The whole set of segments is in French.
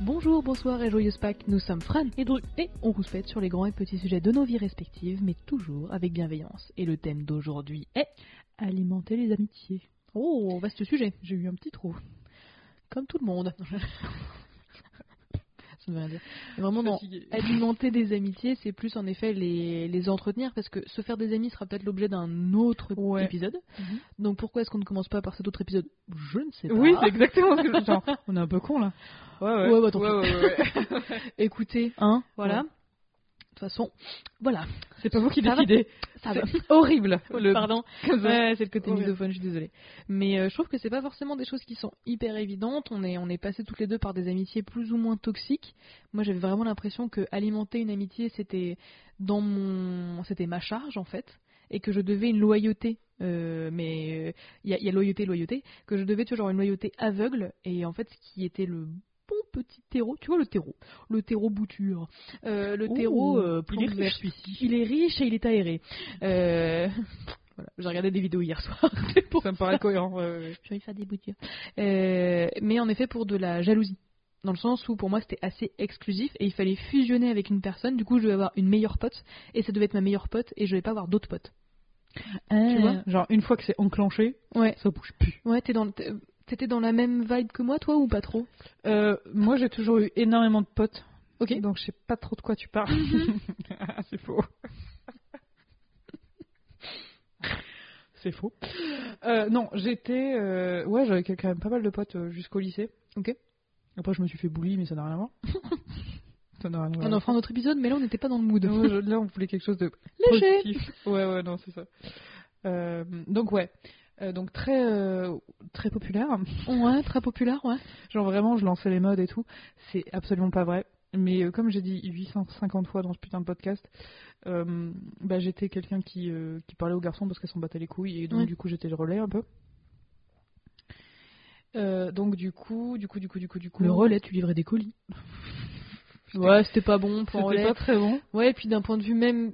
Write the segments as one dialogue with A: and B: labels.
A: Bonjour, bonsoir et joyeuse Pâques, nous sommes Fran et Dru et on rouspète sur les grands et petits sujets de nos vies respectives, mais toujours avec bienveillance. Et le thème d'aujourd'hui est alimenter les amitiés. Oh, vaste sujet, j'ai eu un petit trou. Comme tout le monde. Ça ne veut rien dire. Mais Vraiment, non.
B: Fatiguée.
A: Alimenter des amitiés, c'est plus en effet les, les entretenir parce que se faire des amis sera peut-être l'objet d'un autre
B: Ouais.
A: épisode.
B: Mhm.
A: Donc pourquoi est-ce qu'on ne commence pas par cet autre épisode Je ne sais pas.
B: Oui, c'est exactement ce que je genre, On est un peu con là. Ouais, ouais.
A: Ouais, bah, tant pis.
B: ouais, ouais.
A: Écoutez, hein, voilà. De toute façon, voilà.
B: C'est pas vous qui
A: Ça va
B: décidez.
A: Ça va.
B: C'est horrible. Le...
A: Pardon.
B: Ouais.
A: Ouais, c'est le côté
B: Horrible.
A: misophone, je suis désolée. Mais euh, je trouve que c'est pas forcément des choses qui sont hyper évidentes. On est, on est passé toutes les deux par des amitiés plus ou moins toxiques. Moi, j'avais vraiment l'impression que alimenter une amitié, c'était dans mon, c'était ma charge en fait, et que je devais une loyauté. euh, mais il y, a- y a loyauté, loyauté, que je devais tu vois, genre une loyauté aveugle. Et en fait, ce qui était le bon petit terreau, tu vois le terreau, le terreau bouture, euh, le
B: Ouh,
A: terreau euh,
B: il est
A: plante
B: riche,
A: verte. Il est riche et il est aéré. Euh, voilà, j'ai regardé des vidéos hier soir. c'est pour
B: Ça me paraît cohérent. ouais, ouais, ouais.
A: je vais faire des boutures. Euh, mais en effet, pour de la jalousie. Dans le sens où pour moi c'était assez exclusif et il fallait fusionner avec une personne, du coup je devais avoir une meilleure pote et ça devait être ma meilleure pote et je devais pas avoir d'autres potes. Ah.
B: Tu vois Genre, une fois que c'est enclenché,
A: Ouais.
B: ça bouge plus.
A: Ouais, t'es dans, t'es- t'étais dans la même vibe que moi toi ou pas trop
B: Euh, moi, j'ai toujours eu énormément de potes.
A: Ok.
B: Donc, je sais pas trop de quoi tu parles. Ah, c'est faux. c'est faux. Euh, non, j'étais. euh, Ouais, j'avais quand même pas mal de potes euh, jusqu'au lycée.
A: Ok.
B: Après, je me suis fait bully, mais ça n'a rien à voir. ça n'a rien à voir.
A: On en fera un autre épisode mais là on n'était pas dans le mood.
B: Non, je- là, on voulait quelque chose de
A: Léger.
B: positif. Ouais, ouais, non, c'est ça. Euh, donc, ouais. Euh, donc, très, euh, très populaire.
A: Ouais, très populaire, ouais.
B: Genre, vraiment, je lançais les modes et tout. C'est absolument pas vrai. Mais euh, comme j'ai dit 850 fois dans ce putain de podcast, euh, bah, j'étais quelqu'un qui, euh, qui parlait aux garçons parce qu'elles s'en battaient les couilles. Et donc,
A: Ouais.
B: du coup, j'étais le relais un peu. Euh, donc du coup, du coup, du coup, du coup, du coup,
A: Le relais, tu livrais des colis. ouais, c'était pas bon pour un
B: c'était
A: relais.
B: pas très bon.
A: Ouais, et puis d'un point de vue même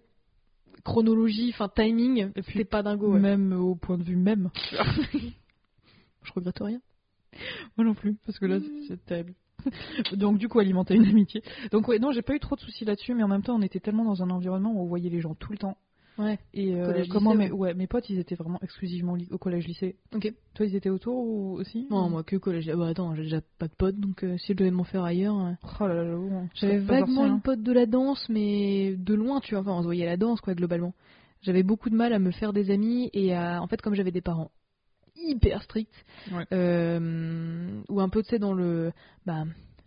A: chronologie, enfin timing,
B: Et puis-
A: c'était pas dingo. ouais.
B: Même au point de vue même.
A: Je regrette rien.
B: Moi non plus, parce que là, c'est-
A: Mm.
B: c'est terrible. Donc, du coup, alimenter une amitié. Donc, ouais, non, j'ai pas eu trop de soucis là-dessus, mais en même temps, on était tellement dans un environnement où on voyait les gens tout le temps.
A: Ouais.
B: Et euh,
A: Collège,
B: comment
A: lycée,
B: mes, ouais, mes potes, ils étaient vraiment exclusivement li- au collège-lycée.
A: Ok.
B: Toi, ils étaient autour ou aussi
A: Non, moi que collège. Ah bah attends, j'ai déjà pas de potes, donc euh, si je devais m'en faire ailleurs. euh,
B: Oh là là, j'avoue, hein, je
A: J'avais
B: serais pas
A: vaguement
B: sorti,
A: une
B: hein.
A: pote de la danse, mais de loin, tu vois. Enfin, on se voyait à la danse, quoi, globalement. J'avais beaucoup de mal à me faire des amis et à. En fait, comme j'avais des parents hyper stricts,
B: Ouais.
A: euh, ou un peu, tu sais, dans le. Bah,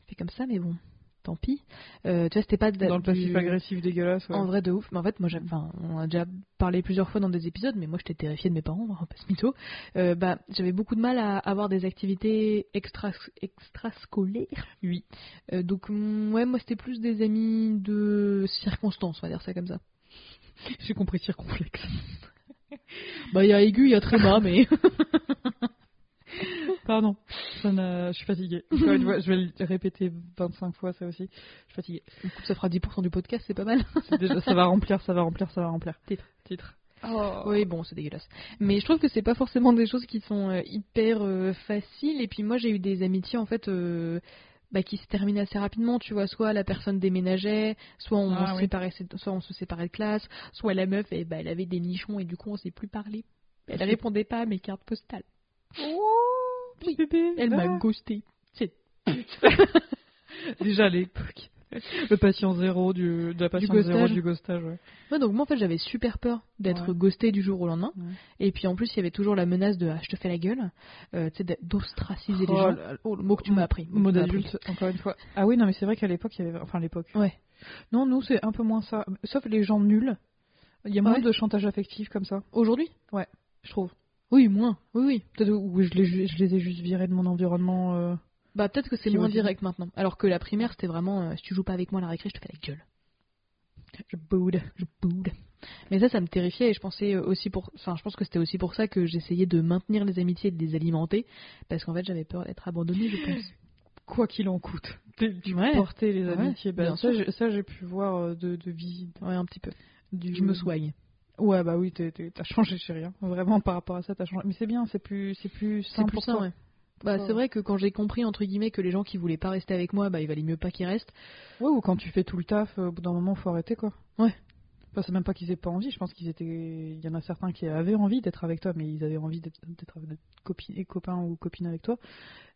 A: fais comme ça, mais bon, tant pis. Euh, tu vois, c'était pas de la-
B: Dans le
A: du-
B: passif agressif dégueulasse. ouais.
A: En vrai de ouf. Mais en fait, moi, j'ai- enfin, on a déjà parlé plusieurs fois dans des épisodes, mais moi, j'étais terrifiée de mes parents, on va pas se mytho. Euh, bah, j'avais beaucoup de mal à avoir des activités extra extrascolaires.
B: Oui.
A: Euh, donc, mm, ouais, moi, c'était plus des amis de circonstance, on va dire ça comme ça.
B: J'ai compris circonflexe.
A: Bah, il y a aigu, il y a très bas, mais.
B: Pardon, ça n'a- je suis fatiguée. Encore une fois, je vais le répéter 25 fois, ça aussi. Je suis fatiguée.
A: Du coup, ça fera 10% du podcast, c'est pas mal.
B: C'est déjà- ça va remplir, ça va remplir, ça va remplir.
A: Titre.
B: Titre.
A: Oui, bon, c'est dégueulasse. Mais je trouve que c'est pas forcément des choses qui sont euh, hyper euh, faciles. Et puis moi, j'ai eu des amitiés en fait euh, bah, qui se terminaient assez rapidement. Tu vois, soit la personne déménageait, soit on,
B: Ah
A: se
B: oui.
A: séparait, soit on se séparait de classe, soit la meuf, eh ben, elle avait des nichons et du coup, on s'est plus parlé. Elle
B: Parce que-
A: répondait pas à mes cartes postales.
B: Oh,
A: Oui,
B: bébé.
A: Elle
B: Ah.
A: m'a ghosté.
B: Déjà à l'époque. Le patient zéro du, de la patiente zéro
A: ghostage.
B: du ghostage. ouais.
A: Ouais, donc moi, en fait, j'avais super peur d'être
B: Ouais.
A: ghostée du jour au lendemain.
B: Ouais.
A: Et puis en plus, il y avait toujours la menace de ah, je te fais la gueule, euh, tu sais, d'a- d'ostraciser les
B: Oh
A: gens.
B: là là.
A: Oh, le mot que tu m'as appris. le mot que
B: Mot
A: tu m'as appris.
B: d'adulte, encore une fois. Ah oui, non, mais c'est vrai qu'à l'époque, il y avait. Enfin, à l'époque.
A: Ouais.
B: Non, nous, c'est un peu moins ça. Sauf les gens nuls. Il y a moins
A: Ouais.
B: de chantage affectif comme ça,
A: Aujourd'hui
B: je trouve.
A: Oui, moins. Oui, oui.
B: Peut-être où je, les ju- je les ai juste virés de mon environnement. euh,
A: Bah peut-être que c'est
B: Qui
A: moins
B: aussi.
A: direct maintenant. Alors que la primaire c'était vraiment euh, si tu joues pas avec moi à la récré je te fais la gueule. Je boude, je boude. Mais ça ça me terrifiait et je pensais euh, aussi pour enfin je pense que c'était aussi pour ça que j'essayais de maintenir les amitiés et de les alimenter parce qu'en fait j'avais peur d'être abandonnée je pense.
B: Quoi qu'il en coûte. T'es- Tu
A: Ouais.
B: portais les
A: Ouais,
B: amitiés. Bah,
A: bien
B: ça, j'ai- ça, j'ai pu voir euh, de, de visite.
A: Ouais un petit peu.
B: Du...
A: Je me soigne.
B: Ouais, bah hein. oui, t'es- t'es- t'as changé, chérie. rien Vraiment, par rapport à ça, t'as changé. Mais c'est bien, c'est plus, c'est plus
A: C'est
B: simple
A: plus
B: pour
A: ça
B: toi.
A: ouais. Bah,
B: Ouais.
A: C'est vrai que quand j'ai compris, entre guillemets, que les gens qui voulaient pas rester avec moi, bah, il valait mieux pas qu'ils restent.
B: Ouais, ou quand tu fais tout le taf, euh, au bout d'un moment, faut arrêter quoi.
A: Ouais.
B: Enfin, c'est même pas qu'ils aient pas envie, je pense qu'ils étaient. Il y en a certains qui avaient envie d'être avec toi, mais ils avaient envie d'être d'être avec- d'être copi- copains ou copines avec toi,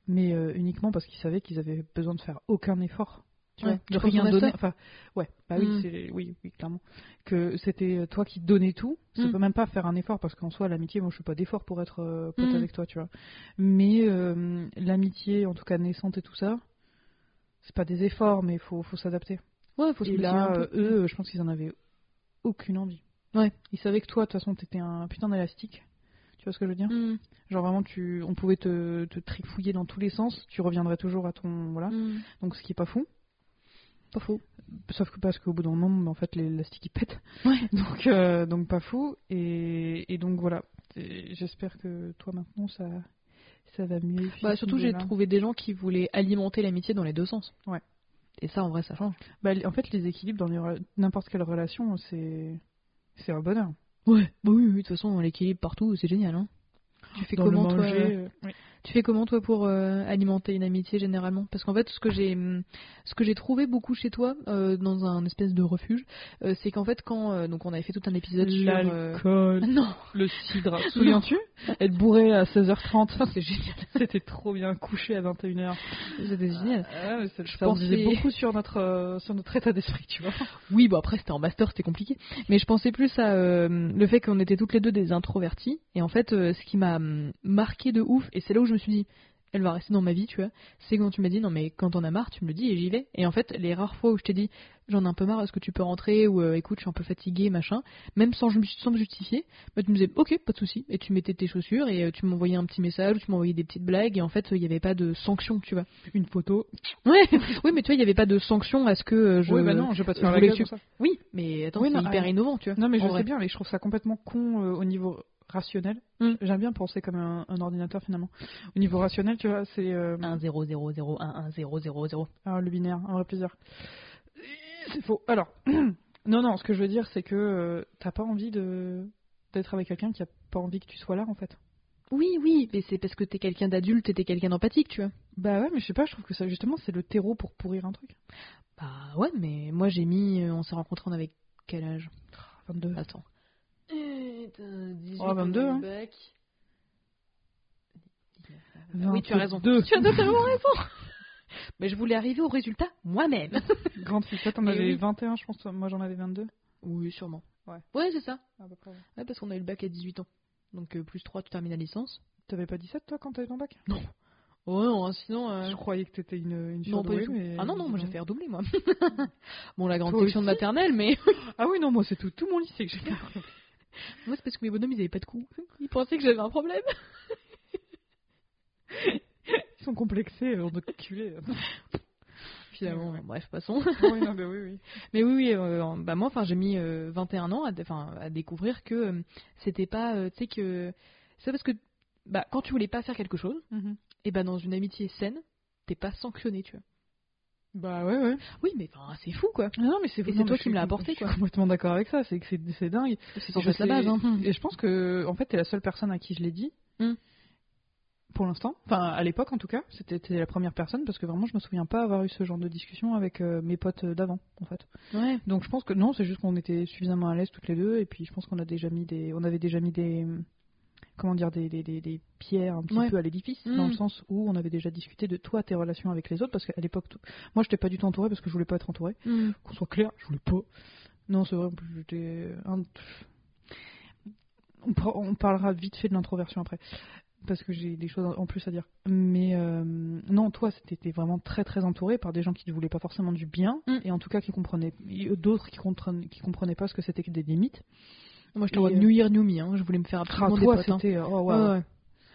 B: mais euh, uniquement parce qu'ils savaient qu'ils avaient besoin de faire aucun effort. Tu
A: Ouais,
B: vois,
A: tu
B: de
A: penses au
B: rien
A: master
B: donner. Enfin, ouais, bah oui,
A: Mm.
B: c'est- oui, oui, clairement. Que c'était euh, toi qui donnais tout, ça
A: Mm.
B: peut même pas faire un effort parce qu'en soi, l'amitié, moi je fais pas d'effort pour être euh, pote
A: Mm.
B: avec toi, tu vois. Mais euh, l'amitié, en tout cas naissante et tout ça, c'est pas des efforts, mais faut, faut s'adapter.
A: Ouais, faut se
B: Et
A: motiver
B: là,
A: un
B: euh,
A: peu. Mm.
B: eux, euh, je pense qu'ils en avaient aucune envie.
A: Ouais.
B: Ils savaient que toi, de toute façon, t'étais un putain d'élastique. Tu vois ce que je veux dire
A: Mm,
B: Genre vraiment, tu, on pouvait te, te trifouiller dans tous les sens, tu reviendrais toujours à ton. Voilà.
A: mm.
B: Donc, ce qui est pas fou.
A: Pas faux.
B: Sauf que parce qu'au bout d'un moment, en fait, l'élastique il pète.
A: Ouais.
B: Donc, euh, donc pas fou. Et, et donc voilà. Et J'espère que toi maintenant, ça, ça va mieux.
A: Bah, surtout, j'ai
B: Voilà.
A: trouvé des gens qui voulaient alimenter l'amitié dans les deux sens.
B: Ouais.
A: Et ça, en vrai, ça change.
B: Bah, en fait, les équilibres dans les rela- n'importe quelle relation, c'est c'est un bonheur.
A: Ouais, bah oui, oui, de toute façon, l'équilibre partout, c'est génial. Hein. Tu fais
B: Dans
A: comment,
B: le
A: toi
B: manger,
A: euh,
B: euh, oui.
A: Tu fais comment toi pour euh, alimenter une amitié généralement Parce qu'en fait, ce que j'ai, hum, ce que j'ai trouvé beaucoup chez toi euh, dans un espèce de refuge, euh, c'est qu'en fait quand euh, donc on avait fait tout un épisode sur euh,
B: L'alcool,
A: non,
B: le cidre. Souviens-tu Être bourré à 16h30, c'est génial. C'était trop bien couché à 21h.
A: c'était génial.
B: Ah, je
A: ça en
B: pensais
A: disait
B: beaucoup sur notre, euh, sur notre état d'esprit, tu vois.
A: Oui, bon après c'était en master, c'était compliqué. Mais je pensais plus à euh, le fait qu'on était toutes les deux des introverties. Et en fait, euh, ce qui m'a marqué de ouf, et c'est là où je me suis dit, elle va rester dans ma vie, tu vois, c'est quand tu m'as dit, non mais quand on a marre, tu me le dis et j'y vais. Et en fait, les rares fois où je t'ai dit, j'en ai un peu marre, est-ce que tu peux rentrer ou euh, écoute, je suis un peu fatiguée, machin, même sans, je me- sans me justifier, bah, tu me disais, ok, pas de souci. Et tu mettais tes chaussures et euh, tu m'envoyais un petit message, ou tu m'envoyais des petites blagues, et en fait, il n'y avait pas de sanction, tu vois.
B: Une photo.
A: Ouais, oui, mais tu vois, il n'y avait pas de sanction à ce que euh, je.
B: Oui, bah non, je vais pas te
A: je
B: faire la
A: voulais
B: gueule
A: que
B: pour ça.
A: Oui, euh, mais attends,
B: Oui,
A: c'est
B: non,
A: hyper
B: ah,
A: innovant, tu vois.
B: Non, mais je
A: en
B: sais
A: vrai.
B: bien, mais je trouve ça complètement con euh, au niveau rationnel.
A: Mm.
B: J'aime bien penser comme un, un ordinateur finalement. Au niveau rationnel, tu vois, c'est euh,
A: 1 0 0 0 1 1 0 0 0.
B: ah, le binaire, un vrai plaisir. C'est faux. Alors, non, non, ce que je veux dire, c'est que euh, t'as pas envie de d'être avec quelqu'un qui a pas envie que tu sois là en fait.
A: Oui, oui, mais c'est parce que t'es quelqu'un d'adulte et t'es quelqu'un d'empathique, tu vois.
B: Bah ouais, mais je sais pas, je trouve que ça justement c'est le terreau pour pourrir un truc.
A: Bah ouais, mais moi j'ai mis. euh, on s'est rencontrés, on avait quel âge Ah,
B: 22.
A: Attends. Oh,
B: on a 22, hein.
A: Oui, tu as raison.
B: 22.
A: Tu as totalement raison. mais je voulais arriver au résultat moi-même.
B: Grande fille, toi t'en
A: Mais
B: avais
A: oui.
B: 21, je pense, toi. moi j'en avais 22.
A: Oui, sûrement.
B: Ouais.
A: Ouais, c'est ça.
B: À peu près. ouais.
A: Ouais, parce qu'on a eu le bac à 18 ans. Donc euh, plus 3, tu termines la licence.
B: T'avais pas 17 toi quand t'avais ton bac
A: Ouais, non, sinon. euh,
B: Je croyais que t'étais une, une
A: Non, pas du
B: surdouée,
A: tout.
B: mais-
A: Ah non, non, moi j'ai fait redoubler, moi. bon, la grande
B: Toi
A: section de
B: aussi
A: maternelle, mais.
B: Ah oui, non, moi c'est tout, tout mon lycée que j'ai fait.
A: moi, c'est parce que mes bonhommes, ils avaient pas de coups. Ils pensaient que j'avais un problème.
B: Ils sont complexés, on de culés.
A: Finalement,
B: Ouais, ouais.
A: bref, passons.
B: oui, non, mais oui, oui.
A: Mais oui, oui, euh, en- bah moi, enfin, j'ai mis euh, 21 ans à, dé- enfin, à découvrir que euh, c'était pas. euh, tu sais que. C'est parce que bah, quand tu voulais pas faire quelque chose, et ben dans une amitié saine, t'es pas sanctionné, tu vois.
B: Bah ouais, ouais.
A: Oui, mais enfin, c'est fou, quoi.
B: Non, mais c'est
A: Et c'est
B: non, mais
A: toi
B: je
A: qui me
B: suis
A: l'as
B: com-
A: apporté,
B: je suis
A: quoi.
B: complètement d'accord avec ça, c'est que c'est c'est dingue.
A: C'est
B: Et
A: sans
B: je
A: fait la
B: sais-
A: base, hein.
B: Et je pense que, en fait, t'es la seule personne à qui je l'ai dit.
A: Mm.
B: Pour l'instant, enfin à l'époque en tout cas, c'était t'es la première personne parce que vraiment je me souviens pas avoir eu ce genre de discussion avec euh, mes potes euh, d'avant en fait.
A: Ouais.
B: Donc je pense que non, c'est juste qu'on était suffisamment à l'aise toutes les deux et puis je pense qu'on a déjà mis des, on avait déjà mis des, comment dire, des, des, des, des pierres un petit
A: Ouais.
B: peu à l'édifice
A: Mm.
B: dans le sens où on avait déjà discuté de toi tes relations avec les autres parce qu'à l'époque, t- moi je t'ai pas du tout entourée parce que je voulais pas être entourée.
A: Mm.
B: Qu'on soit clair, je voulais pas. Non, c'est vrai, en plus, j'étais euh, un- On, par- on parlera vite fait de l'introversion après, parce que j'ai des choses en plus à dire. Mais euh, non, toi, t'étais vraiment très très entouré par des gens qui ne voulaient pas forcément du bien,
A: Mm.
B: et en tout cas qui comprenaient, d'autres qui comprenaient, qui comprenaient pas ce que c'était que des limites.
A: Moi, je
B: Et,
A: te vois
B: euh,
A: New Year, New Me, hein. Je voulais me faire
B: Ah,
A: absolument des
B: toi,
A: potes, hein.
B: c'était. oh, ouais,
A: Ouais,
B: ouais.
A: ouais.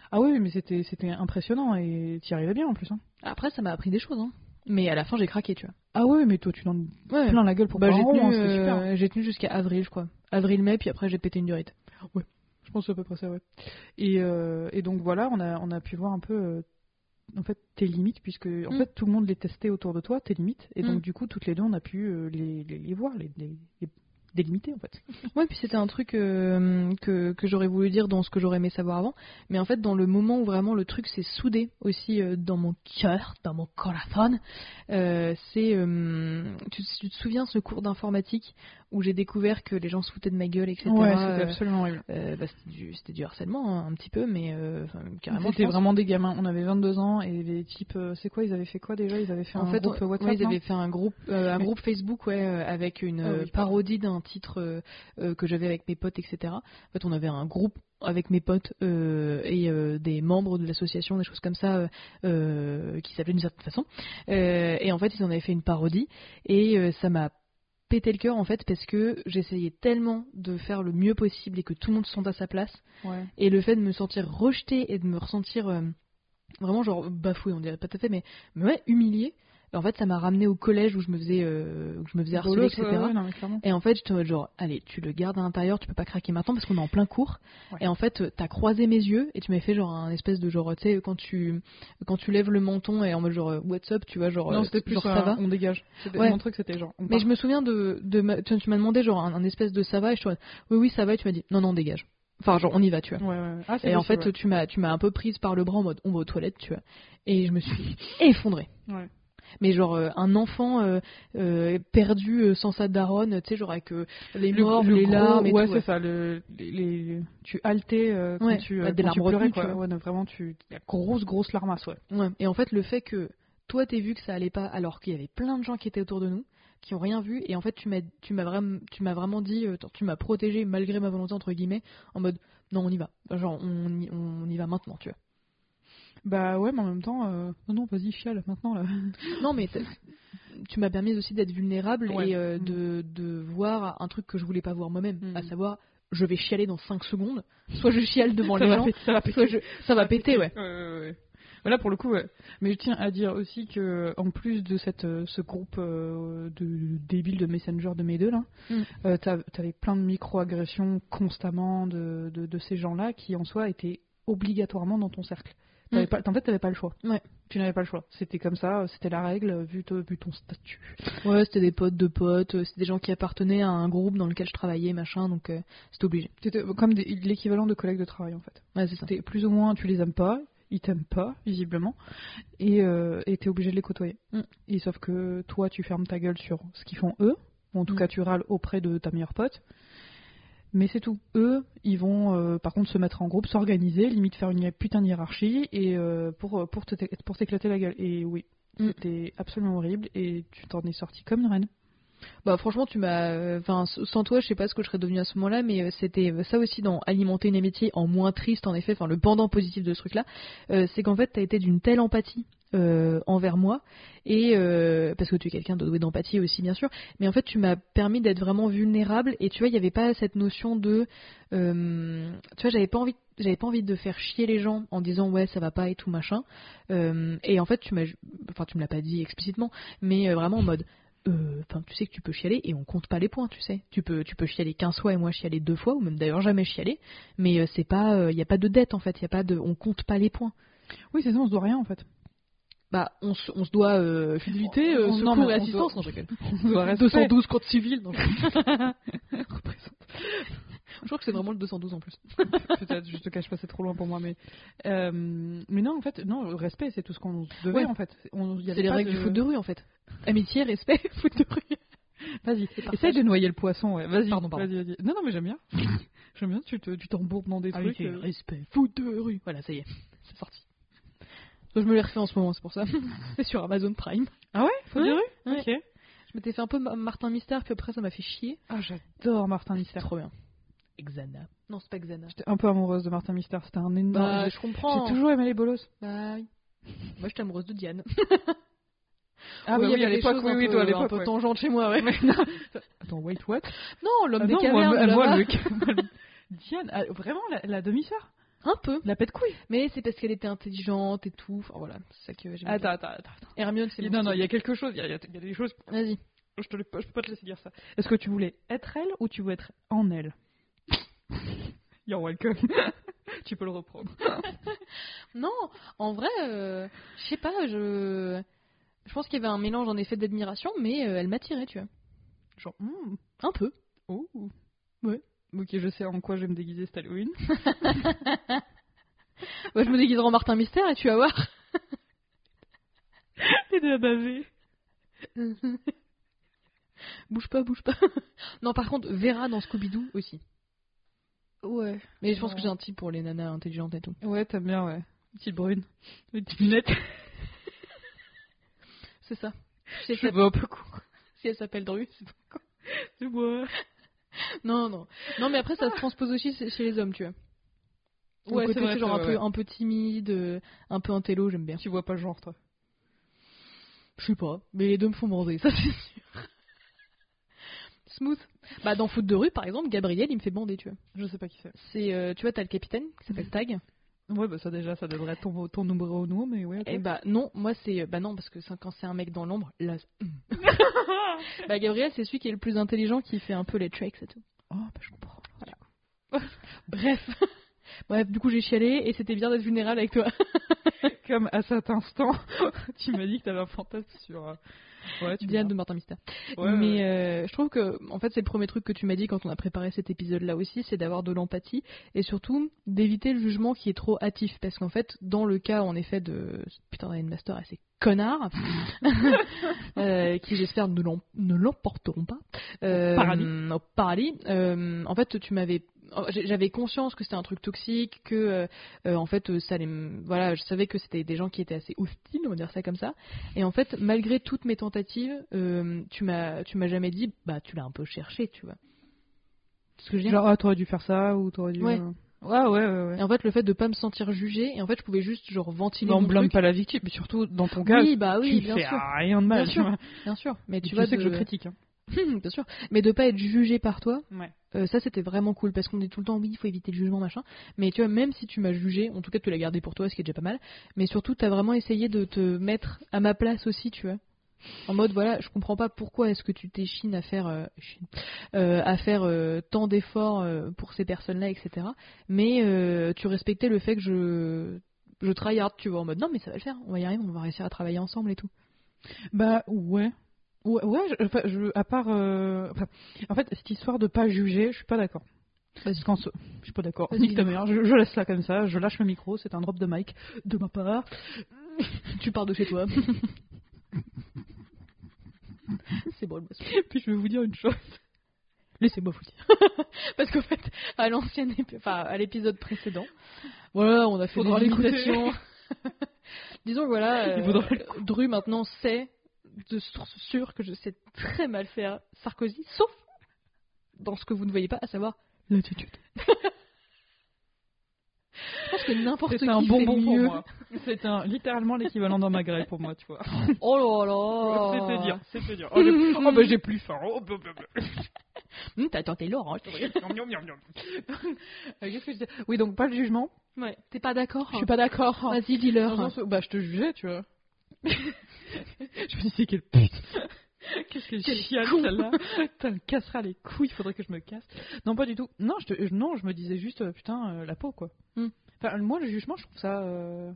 B: Ah oui, mais c'était c'était impressionnant et t'y arrivais bien en plus. hein.
A: Après, ça m'a appris des choses, hein. Mais à la fin, j'ai craqué, tu vois.
B: Ah oui, mais toi, tu t'en
A: Ouais.
B: plein la gueule pour
A: Bah,
B: pas
A: j'ai
B: un rond,
A: tenu,
B: hein, c'était super.
A: euh, j'ai tenu jusqu'à avril, je crois. Avril-mai, puis après j'ai pété une durite.
B: Je pense que c'est à peu près ça, ouais. Et, euh, et donc voilà, on a, on a pu voir un peu euh, en fait tes limites, puisque en
A: Mm.
B: fait tout le monde les testait autour de toi, tes limites, et donc
A: Mm.
B: du coup toutes les deux on a pu euh, les, les, les voir, les, les, les- délimité en fait.
A: Ouais, puis c'était un truc euh, que, que j'aurais voulu dire dans ce que j'aurais aimé savoir avant, mais en fait, dans le moment où vraiment le truc s'est soudé aussi euh, dans mon cœur, dans mon corazon, euh, c'est. euh, tu, tu te souviens ce cours d'informatique où j'ai découvert que les gens se foutaient de ma gueule, etc.
B: ouais,
A: euh,
B: c'était absolument horrible.
A: euh, bah, c'était du, c'était du harcèlement, hein, un petit peu, mais euh, enfin, carrément.
B: C'était
A: je pense.
B: vraiment des gamins. On avait 22 ans et les types, euh, c'est quoi Ils avaient fait quoi déjà Ils avaient fait
A: En
B: un
A: fait,
B: groupe
A: on-
B: WhatsApp.
A: ouais, ils
B: non
A: avaient fait un groupe, euh, un
B: Mais-
A: groupe Facebook, ouais, euh, avec une
B: Ah oui,
A: euh,
B: pardon.
A: parodie d'un titre euh, euh, que j'avais avec mes potes, etc. En fait, on avait un groupe avec mes potes euh, et euh, des membres de l'association, des choses comme ça, euh, euh, qui s'appelaient d'une certaine façon. Euh, et en fait, ils en avaient fait une parodie et euh, ça m'a pété le cœur en fait parce que j'essayais tellement de faire le mieux possible et que tout le monde se sente à sa place
B: Ouais.
A: et le fait de me sentir rejetée et de me ressentir euh, vraiment genre bafouée, on dirait pas tout à fait, mais, mais ouais, humiliée. Et en fait, ça m'a ramené au collège où je me faisais, euh, où je me faisais harceler,
B: Bolos,
A: etc.
B: ouais, ouais, non, mais clairement.
A: Et en fait, j'étais en mode genre, allez, tu le gardes à l'intérieur, tu peux pas craquer maintenant parce qu'on est en plein cours.
B: Ouais.
A: Et en fait, euh, t'as croisé mes yeux et tu m'as fait genre un espèce de genre, tu sais, quand tu, quand tu lèves le menton et en mode genre, euh, what's up, tu vois, genre, euh,
B: non, c'était plus
A: genre,
B: euh,
A: ça va.
B: on dégage. C'était-
A: Ouais.
B: Mon truc, c'était genre. on
A: Mais
B: part.
A: je me souviens de, de ma- tu tu m'as demandé genre un, un espèce de ça va et je te oui, oui, ça va et tu m'as dit, non, non, dégage. Enfin, genre, on y va, tu vois.
B: Ouais, ouais, ouais. Ah, c'est
A: Et en
B: possible,
A: fait, tu m'as, tu m'as un peu prise par le bras en mode on va aux toilettes, tu vois. Et je me suis effondrée.
B: ouais. Ouais.
A: Mais genre euh, un enfant euh, euh, perdu euh, sans sa daronne, tu sais, genre avec euh, les
B: Le-
A: morts,
B: le
A: les
B: gros-
A: larmes et
B: ouais,
A: tout.
B: c'est
A: ouais.
B: ça. Le, les, les- tu haletais euh, quand
A: Ouais,
B: tu, euh,
A: bah, des
B: quand tu
A: larmes
B: pleurais,
A: retenues,
B: quoi.
A: tu vois.
B: Ouais, non, vraiment, tu. La grosse, grosse larmasse, ouais.
A: Ouais. Et en fait, le fait que toi t'es vu que ça allait pas, alors qu'il y avait plein de gens qui étaient autour de nous, qui ont rien vu, et en fait tu m'as, tu m'as vraiment, tu m'as vraiment dit, euh, tu m'as protégé malgré ma volonté entre guillemets, en mode non on y va, genre on y, on y va maintenant, tu vois.
B: Bah ouais, mais en même temps, euh, non, non, vas-y, chiale maintenant là.
A: Non, mais t'as- tu m'as permis aussi d'être vulnérable
B: Ouais.
A: et euh, de, de voir un truc que je voulais pas voir moi-même,
B: Mm.
A: à savoir je vais chialer dans 5 secondes, soit je chiale devant
B: Ça
A: les
B: va
A: gens,
B: péter, ça va
A: soit
B: péter.
A: je... ça va péter, ouais.
B: Ouais, ouais, ouais. Voilà pour le coup, ouais. Mais je tiens à dire aussi que en plus de cette, euh, ce groupe euh, de débiles de Messenger de mes deux là,
A: Mm.
B: euh, t'av- t'avais plein de micro-agressions constamment de, de, de ces gens-là qui en soi étaient obligatoirement dans ton cercle. T'avais
A: Mm.
B: pas- en fait, t'avais pas le choix.
A: Ouais.
B: Tu n'avais pas le choix. C'était comme ça, euh, c'était la règle euh, vu, te- vu ton statut.
A: Ouais, c'était des potes de potes, euh, c'était des gens qui appartenaient à un groupe dans lequel je travaillais, machin, donc euh, c'était obligé.
B: C'était comme des- l'équivalent de collègues de travail en fait.
A: Ouais, c'est ça.
B: T'es- plus ou moins, tu les aimes pas, ils t'aiment pas, visiblement, et euh, et t'es obligé de les côtoyer.
A: Mm.
B: Et sauf que toi, tu fermes ta gueule sur ce qu'ils font eux, ou en tout
A: Mm.
B: cas, tu râles auprès de ta meilleure pote, mais c'est tout. Eux, ils vont euh, par contre se mettre en groupe, s'organiser, limite faire une putain de hiérarchie, et euh, pour, pour, te, pour t'éclater la gueule. Et oui.
A: Mm.
B: C'était absolument horrible et tu t'en es sorti comme une reine.
A: Bah franchement, tu m'as, euh, enfin s- sans toi, je sais pas ce que je serais devenue à ce moment-là, mais euh, c'était euh, ça aussi dans alimenter une amitié en moins triste, en effet, enfin le pendant positif de ce truc-là, euh, c'est qu'en fait t'as été d'une telle empathie. euh, envers moi et euh, parce que tu es quelqu'un de doué d'empathie aussi bien sûr mais en fait tu m'as permis d'être vraiment vulnérable et tu vois il n'y avait pas cette notion de euh, tu vois j'avais pas envie j'avais pas envie de faire chier les gens en disant ouais ça va pas et tout machin Euh, et en fait tu m'as enfin tu me l'as pas dit explicitement mais euh, vraiment en mode euh, enfin, tu sais que tu peux chialer et on compte pas les points, tu sais. Tu peux, tu peux chialer 15 fois et moi chialer deux fois, ou même d'ailleurs jamais chialer, mais euh, c'est pas, il n'y a pas de dette en fait, y a pas de, on compte pas les points.
B: Oui, c'est ça, on se doit rien en fait.
A: Bah, on se, on se doit euh, fidélité, euh,
B: On- on- non,
A: secours
B: mais
A: et
B: on
A: assistance, non,
B: doit-
A: je rigole.
B: On se doit respect.
A: 212 code civil, non, je représente. Je crois que c'est vraiment le 212 en plus.
B: peut-être, je te cache pas, c'est trop loin pour moi, mais euh, mais non, en fait, non, le respect, c'est tout ce qu'on se devait
A: Ouais.
B: en fait. On- il y
A: C'est
B: avait
A: les
B: pas
A: règles
B: de-
A: du foot de rue en fait. Amitié, respect, foot de rue.
B: Vas-y,
A: partage.
B: essaye de noyer le poisson, ouais. Vas-y,
A: Pardon, pardon.
B: vas-y, vas-y. Non, non, mais j'aime bien. j'aime bien, tu te, tu t'embourbes dans des
A: Ah
B: trucs. euh,
A: respect, foot de rue. Voilà, ça y est, c'est sorti. Je me les refais en ce moment, c'est pour ça. c'est sur Amazon Prime.
B: Ah ouais, faut dire.
A: Ouais.
B: Ok.
A: Je m'étais fait un peu Ma- Martin Mystère, puis après ça m'a fait chier.
B: Ah, j'adore Martin
A: C'était
B: Mystère.
A: trop bien. Xana. Non, c'est pas Xana.
B: J'étais un peu amoureuse de Martin Mystère. C'était un énorme.
A: Bah,
B: j'ai-
A: je
B: j'ai
A: comprends.
B: toujours aimé les bolos.
A: Bye. Moi, j'étais amoureuse de Diane.
B: Ah,
A: il y avait des choses un peu-
B: euh,
A: un peu tangentes chez moi, ouais.
B: Attends, wait, what
A: Non, l'homme
B: Ah
A: des
B: non,
A: cavernes,
B: moi, moi,
A: là-bas.
B: le mec- Diane, ah, vraiment, la, la demi-sœur
A: un peu.
B: La pète couille
A: Mais c'est parce qu'elle était intelligente et tout. Enfin, voilà, c'est ça que j'aime.
B: Attends, attends, attends. attends.
A: Hermione, c'est
B: Non,
A: mon
B: non, il
A: petit-
B: y a quelque chose, il y a- il y a il y a des choses
A: Vas-y.
B: Je, te le- je peux pas te laisser dire ça. Est-ce que tu voulais être elle ou tu veux être en elle You're welcome. tu peux le reprendre.
A: Non, en vrai, euh, je sais pas, je. Je pense qu'il y avait un mélange en effet d'admiration, mais euh, elle m'attirait, tu vois.
B: Genre, hmm,
A: Un peu.
B: Oh, ouais. Ok, je sais en quoi je vais me déguiser cet Halloween.
A: Moi, je me déguiserai en Martin Mystère et tu vas voir.
B: T'es déjà bavé.
A: bouge pas, bouge pas. non, par contre, Vera dans Scooby-Doo aussi.
B: Ouais.
A: Mais je pense
B: Ouais.
A: que j'ai un type pour les nanas intelligentes et tout.
B: Ouais, t'aimes bien, ouais. Petite brune. Une petite lunette.
A: C'est ça. Si elle
B: Je
A: s'appelle-
B: vois un peu con.
A: si elle s'appelle Dru, c'est pas con.
B: Je vois.
A: Non, non. Non, mais après, ça se transpose aussi chez chez les hommes, tu vois. Ton
B: Ah. Ouais,
A: côté,
B: c'est vrai,
A: genre
B: ça,
A: un, peu,
B: ouais.
A: un peu timide, euh, un peu intello, j'aime bien.
B: Tu vois pas le genre, toi.
A: Je sais pas, mais les deux me font bander, ça c'est sûr. Smooth. Bah, dans Foot de rue, par exemple, Gabriel, il me fait bander, tu vois.
B: Je sais pas qui c'est.
A: C'est, euh, tu vois, t'as le capitaine qui
B: Mm.
A: s'appelle Tag.
B: Ouais, bah ça déjà, ça devrait être ton, ton numéro au nom, mais ouais. ok.
A: Et bah non, moi c'est bah non parce que c'est- quand c'est un mec dans l'ombre, là. hum. bah Gabriel, c'est celui qui est le plus intelligent, qui fait un peu les tricks et tout.
B: Oh, bah je comprends.
A: Bref. Bref, du coup j'ai chialé et c'était bien d'être vulnérable avec toi.
B: Comme à cet instant, tu m'as dit que t'avais un fantasme sur. euh, Ouais, tu
A: Bien
B: me
A: de Martin Mystère.
B: dis. Ouais, ouais,
A: Mais
B: ouais.
A: euh, je trouve que en fait c'est le premier truc que tu m'as dit quand on a préparé cet épisode là aussi, c'est d'avoir de l'empathie et surtout d'éviter le jugement qui est trop hâtif parce qu'en fait dans le cas en effet de putain Ryan Master et ces connards euh, qui j'espère ne l'em- ne l'emporteront pas euh,
B: paradis.
A: au paradis, euh, en fait tu m'avais oh, j'avais conscience que c'était un truc toxique que euh, euh, en fait euh, ça allait me- voilà je savais que c'était des gens qui étaient assez hostiles on va dire ça comme ça et en fait, malgré toutes mes tentatives, euh, tu m'as, tu m'as jamais dit, bah, tu l'as un peu cherché, tu vois. C'est Ce que je veux dire.
B: Genre, ah, t'aurais dû faire ça ou t'aurais dû.
A: Ouais.
B: euh, ouais, ouais, ouais. ouais.
A: Et en fait, le fait de pas me sentir jugée, et en fait, je pouvais juste genre ventiler
B: Bah, on
A: mon
B: blâme
A: truc.
B: pas la victime, mais surtout dans ton cas,
A: oui, bah oui,
B: tu
A: bien
B: fais
A: sûr,
B: rien de mal.
A: Bien
B: tu vois.
A: bien sûr. Mais
B: Et
A: tu,
B: tu
A: vois,
B: sais que
A: de-
B: je critique. Hein.
A: bien sûr. Mais de pas être jugée par toi,
B: Ouais.
A: euh, ça c'était vraiment cool parce qu'on dit tout le temps oui, il faut éviter le jugement machin. Mais tu vois, même si tu m'as jugée, en tout cas, tu l'as gardé pour toi, ce qui est déjà pas mal. Mais surtout, t'as vraiment essayé de te mettre à ma place aussi, tu vois. En mode voilà, je comprends pas pourquoi est-ce que tu t'échines à faire euh, chine, euh, à faire euh, tant d'efforts euh, pour ces personnes-là, etc. Mais euh, tu respectais le fait que je je tryhard, tu vois, en mode non mais ça va le faire, on va y arriver, on va réussir à travailler ensemble et tout.
B: Bah ouais. Ouais, ouais je, enfin, je- à part. euh, enfin, en fait, cette histoire de pas juger, je suis pas d'accord. Parce qu'en so- Je suis pas d'accord.
A: Vas-y,
B: Nique ta mère, je, je laisse ça comme ça, je lâche le micro, c'est un drop de mic de ma part.
A: Tu pars de chez toi. c'est bon le boss.
B: Puis je vais vous dire une chose.
A: Laissez-moi vous le dire. Parce qu'en fait, à l'ancienne, épi- enfin, à l'épisode précédent, voilà, on a fait
B: Faudra
A: des
B: l'écouter.
A: imitations. Disons que voilà,
B: Il
A: euh,
B: faudra
A: Dru maintenant sait de source sûre que je sais très mal faire Sarkozy, sauf dans ce que vous ne voyez pas, à savoir
B: L'attitude.
A: je pense que n'importe qui
B: C'est un
A: fait
B: bonbon pour
A: mieux.
B: moi. C'est un, littéralement l'équivalent d'un magret pour moi, tu vois.
A: Oh là là.
B: C'était dur, c'était dur. Oh, j'ai- oh, bah j'ai plus faim. Oh, blablabla.
A: Hum, T'as tenté l'or, hein.
B: Miam, miam, miam, miam. Euh, qu'est-ce que je disais Oui, donc pas le jugement.
A: Ouais. T'es pas d'accord hein
B: Je suis pas d'accord.
A: Vas-y,
B: Oh. Dans
A: dis-leur.
B: le sens où- bah, je te jugeais, tu vois. je me disais, quelle pute Qu'est-ce que
A: Quel
B: je chiale,
A: con.
B: celle-là Putain, elle cassera les couilles, faudrait que je me casse. Non, pas du tout. Non, je, te- non, je me disais juste, euh, putain, euh, la peau, quoi.
A: Hmm.
B: Enfin, moi, le jugement, je trouve ça... euh,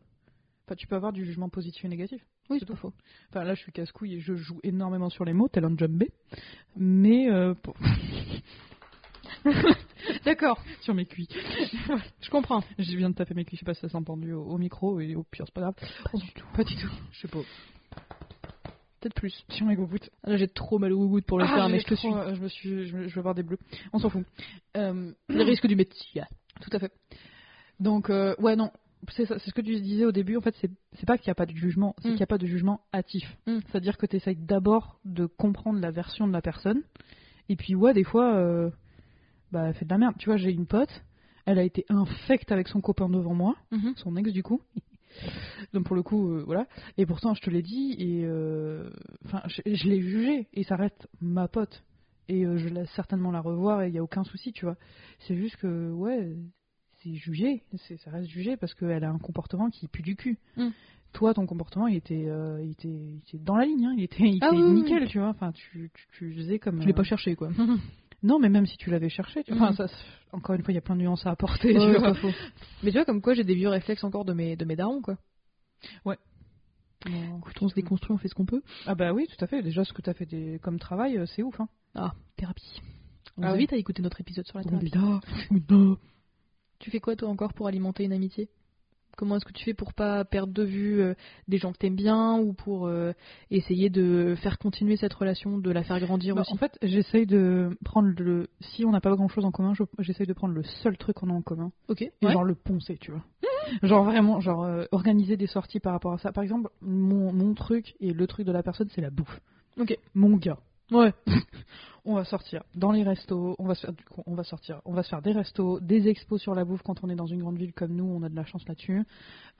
B: Enfin, tu peux avoir du jugement positif et négatif.
A: Oui, c'est pas faux.
B: Enfin, là, je suis casse-couille et je joue énormément sur les mots, tel un jumbé. Mais... euh, pour-
A: D'accord,
B: sur mes cuits.
A: je comprends.
B: Je viens de taper mes cuisses, je sais pas si ça s'est entendu au, au micro, et au pire, c'est pas grave. Pas du tout. Pas du tout. Je sais pas.
A: Peut-être plus.
B: Sur mes goûts.
A: Là, Ah, j'ai trop mal au gougoute pour le
B: Ah,
A: faire, mais
B: j'ai
A: je te
B: trop,
A: suis.
B: euh, Je me suis, je, me- je vais avoir des bleus. On s'en fout. Euh,
A: Les risques du métier.
B: tout à fait. Donc euh, ouais non, c'est ça, c'est ce que tu disais au début. En fait, c'est c'est pas qu'il n'y a pas de jugement, c'est
A: Mm.
B: qu'il n'y a pas de jugement hâtif.
A: Mm.
B: C'est-à-dire que tu essayes d'abord de comprendre la version de la personne, et puis ouais des fois, euh, bah elle fait de la merde. Tu vois, j'ai une pote, elle a été infecte avec son copain devant moi
A: Mmh.
B: son ex du coup. Donc pour le coup, euh, voilà. Et pourtant, je te l'ai dit et euh, enfin, je, je l'ai jugé et ça reste ma pote et euh, je vais certainement la revoir et il y a aucun souci, tu vois. C'est juste que ouais, c'est jugé, c'est ça reste jugé parce qu'elle a un comportement qui pue du cul.
A: Mm.
B: Toi, ton comportement, il était, euh, il était, il était dans la ligne, hein, il était, il
A: Ah
B: était
A: oui, oui,
B: nickel, tu vois. Enfin, tu, tu, tu faisais comme.
A: Je l'ai
B: euh,
A: pas cherché, quoi.
B: Non, mais même si tu l'avais cherché, tu... enfin,
A: Mm.
B: ça, c'est- encore une fois, il y a plein de nuances à apporter.
A: Ouais,
B: tu vois.
A: pas faux. Mais tu vois, comme quoi, j'ai des vieux réflexes encore de mes, de mes darons, quoi.
B: Non.
A: Écoute, on se déconstruit, on fait ce qu'on peut.
B: Ah bah oui, tout à fait. Déjà, ce que tu as fait des... comme travail, euh, c'est ouf. Hein.
A: Ah, thérapie. On
B: Ah
A: vous
B: oui.
A: invite à écouter notre épisode sur la
B: Oh
A: thérapie.
B: là, oh là.
A: Tu fais quoi toi encore pour alimenter une amitié Comment est-ce que tu fais pour pas perdre de vue euh, des gens que t'aimes bien ou pour euh, essayer de faire continuer cette relation, de la faire grandir
B: Bah,
A: aussi
B: en fait, j'essaye de prendre le. Si on n'a pas grand chose en commun, je- j'essaye de prendre le seul truc qu'on a en commun.
A: oh, Ok.
B: et
A: ouais.
B: genre le poncer, tu vois. genre vraiment, genre euh, organiser des sorties par rapport à ça. Par exemple, mon, mon truc et le truc de la personne, c'est la bouffe.
A: Ok.
B: Mon gars.
A: Ouais.
B: On va sortir dans les restos, on va se faire du coup, on va sortir, on va se faire des restos, des expos sur la bouffe quand on est dans une grande ville comme nous, on a de la chance là-dessus.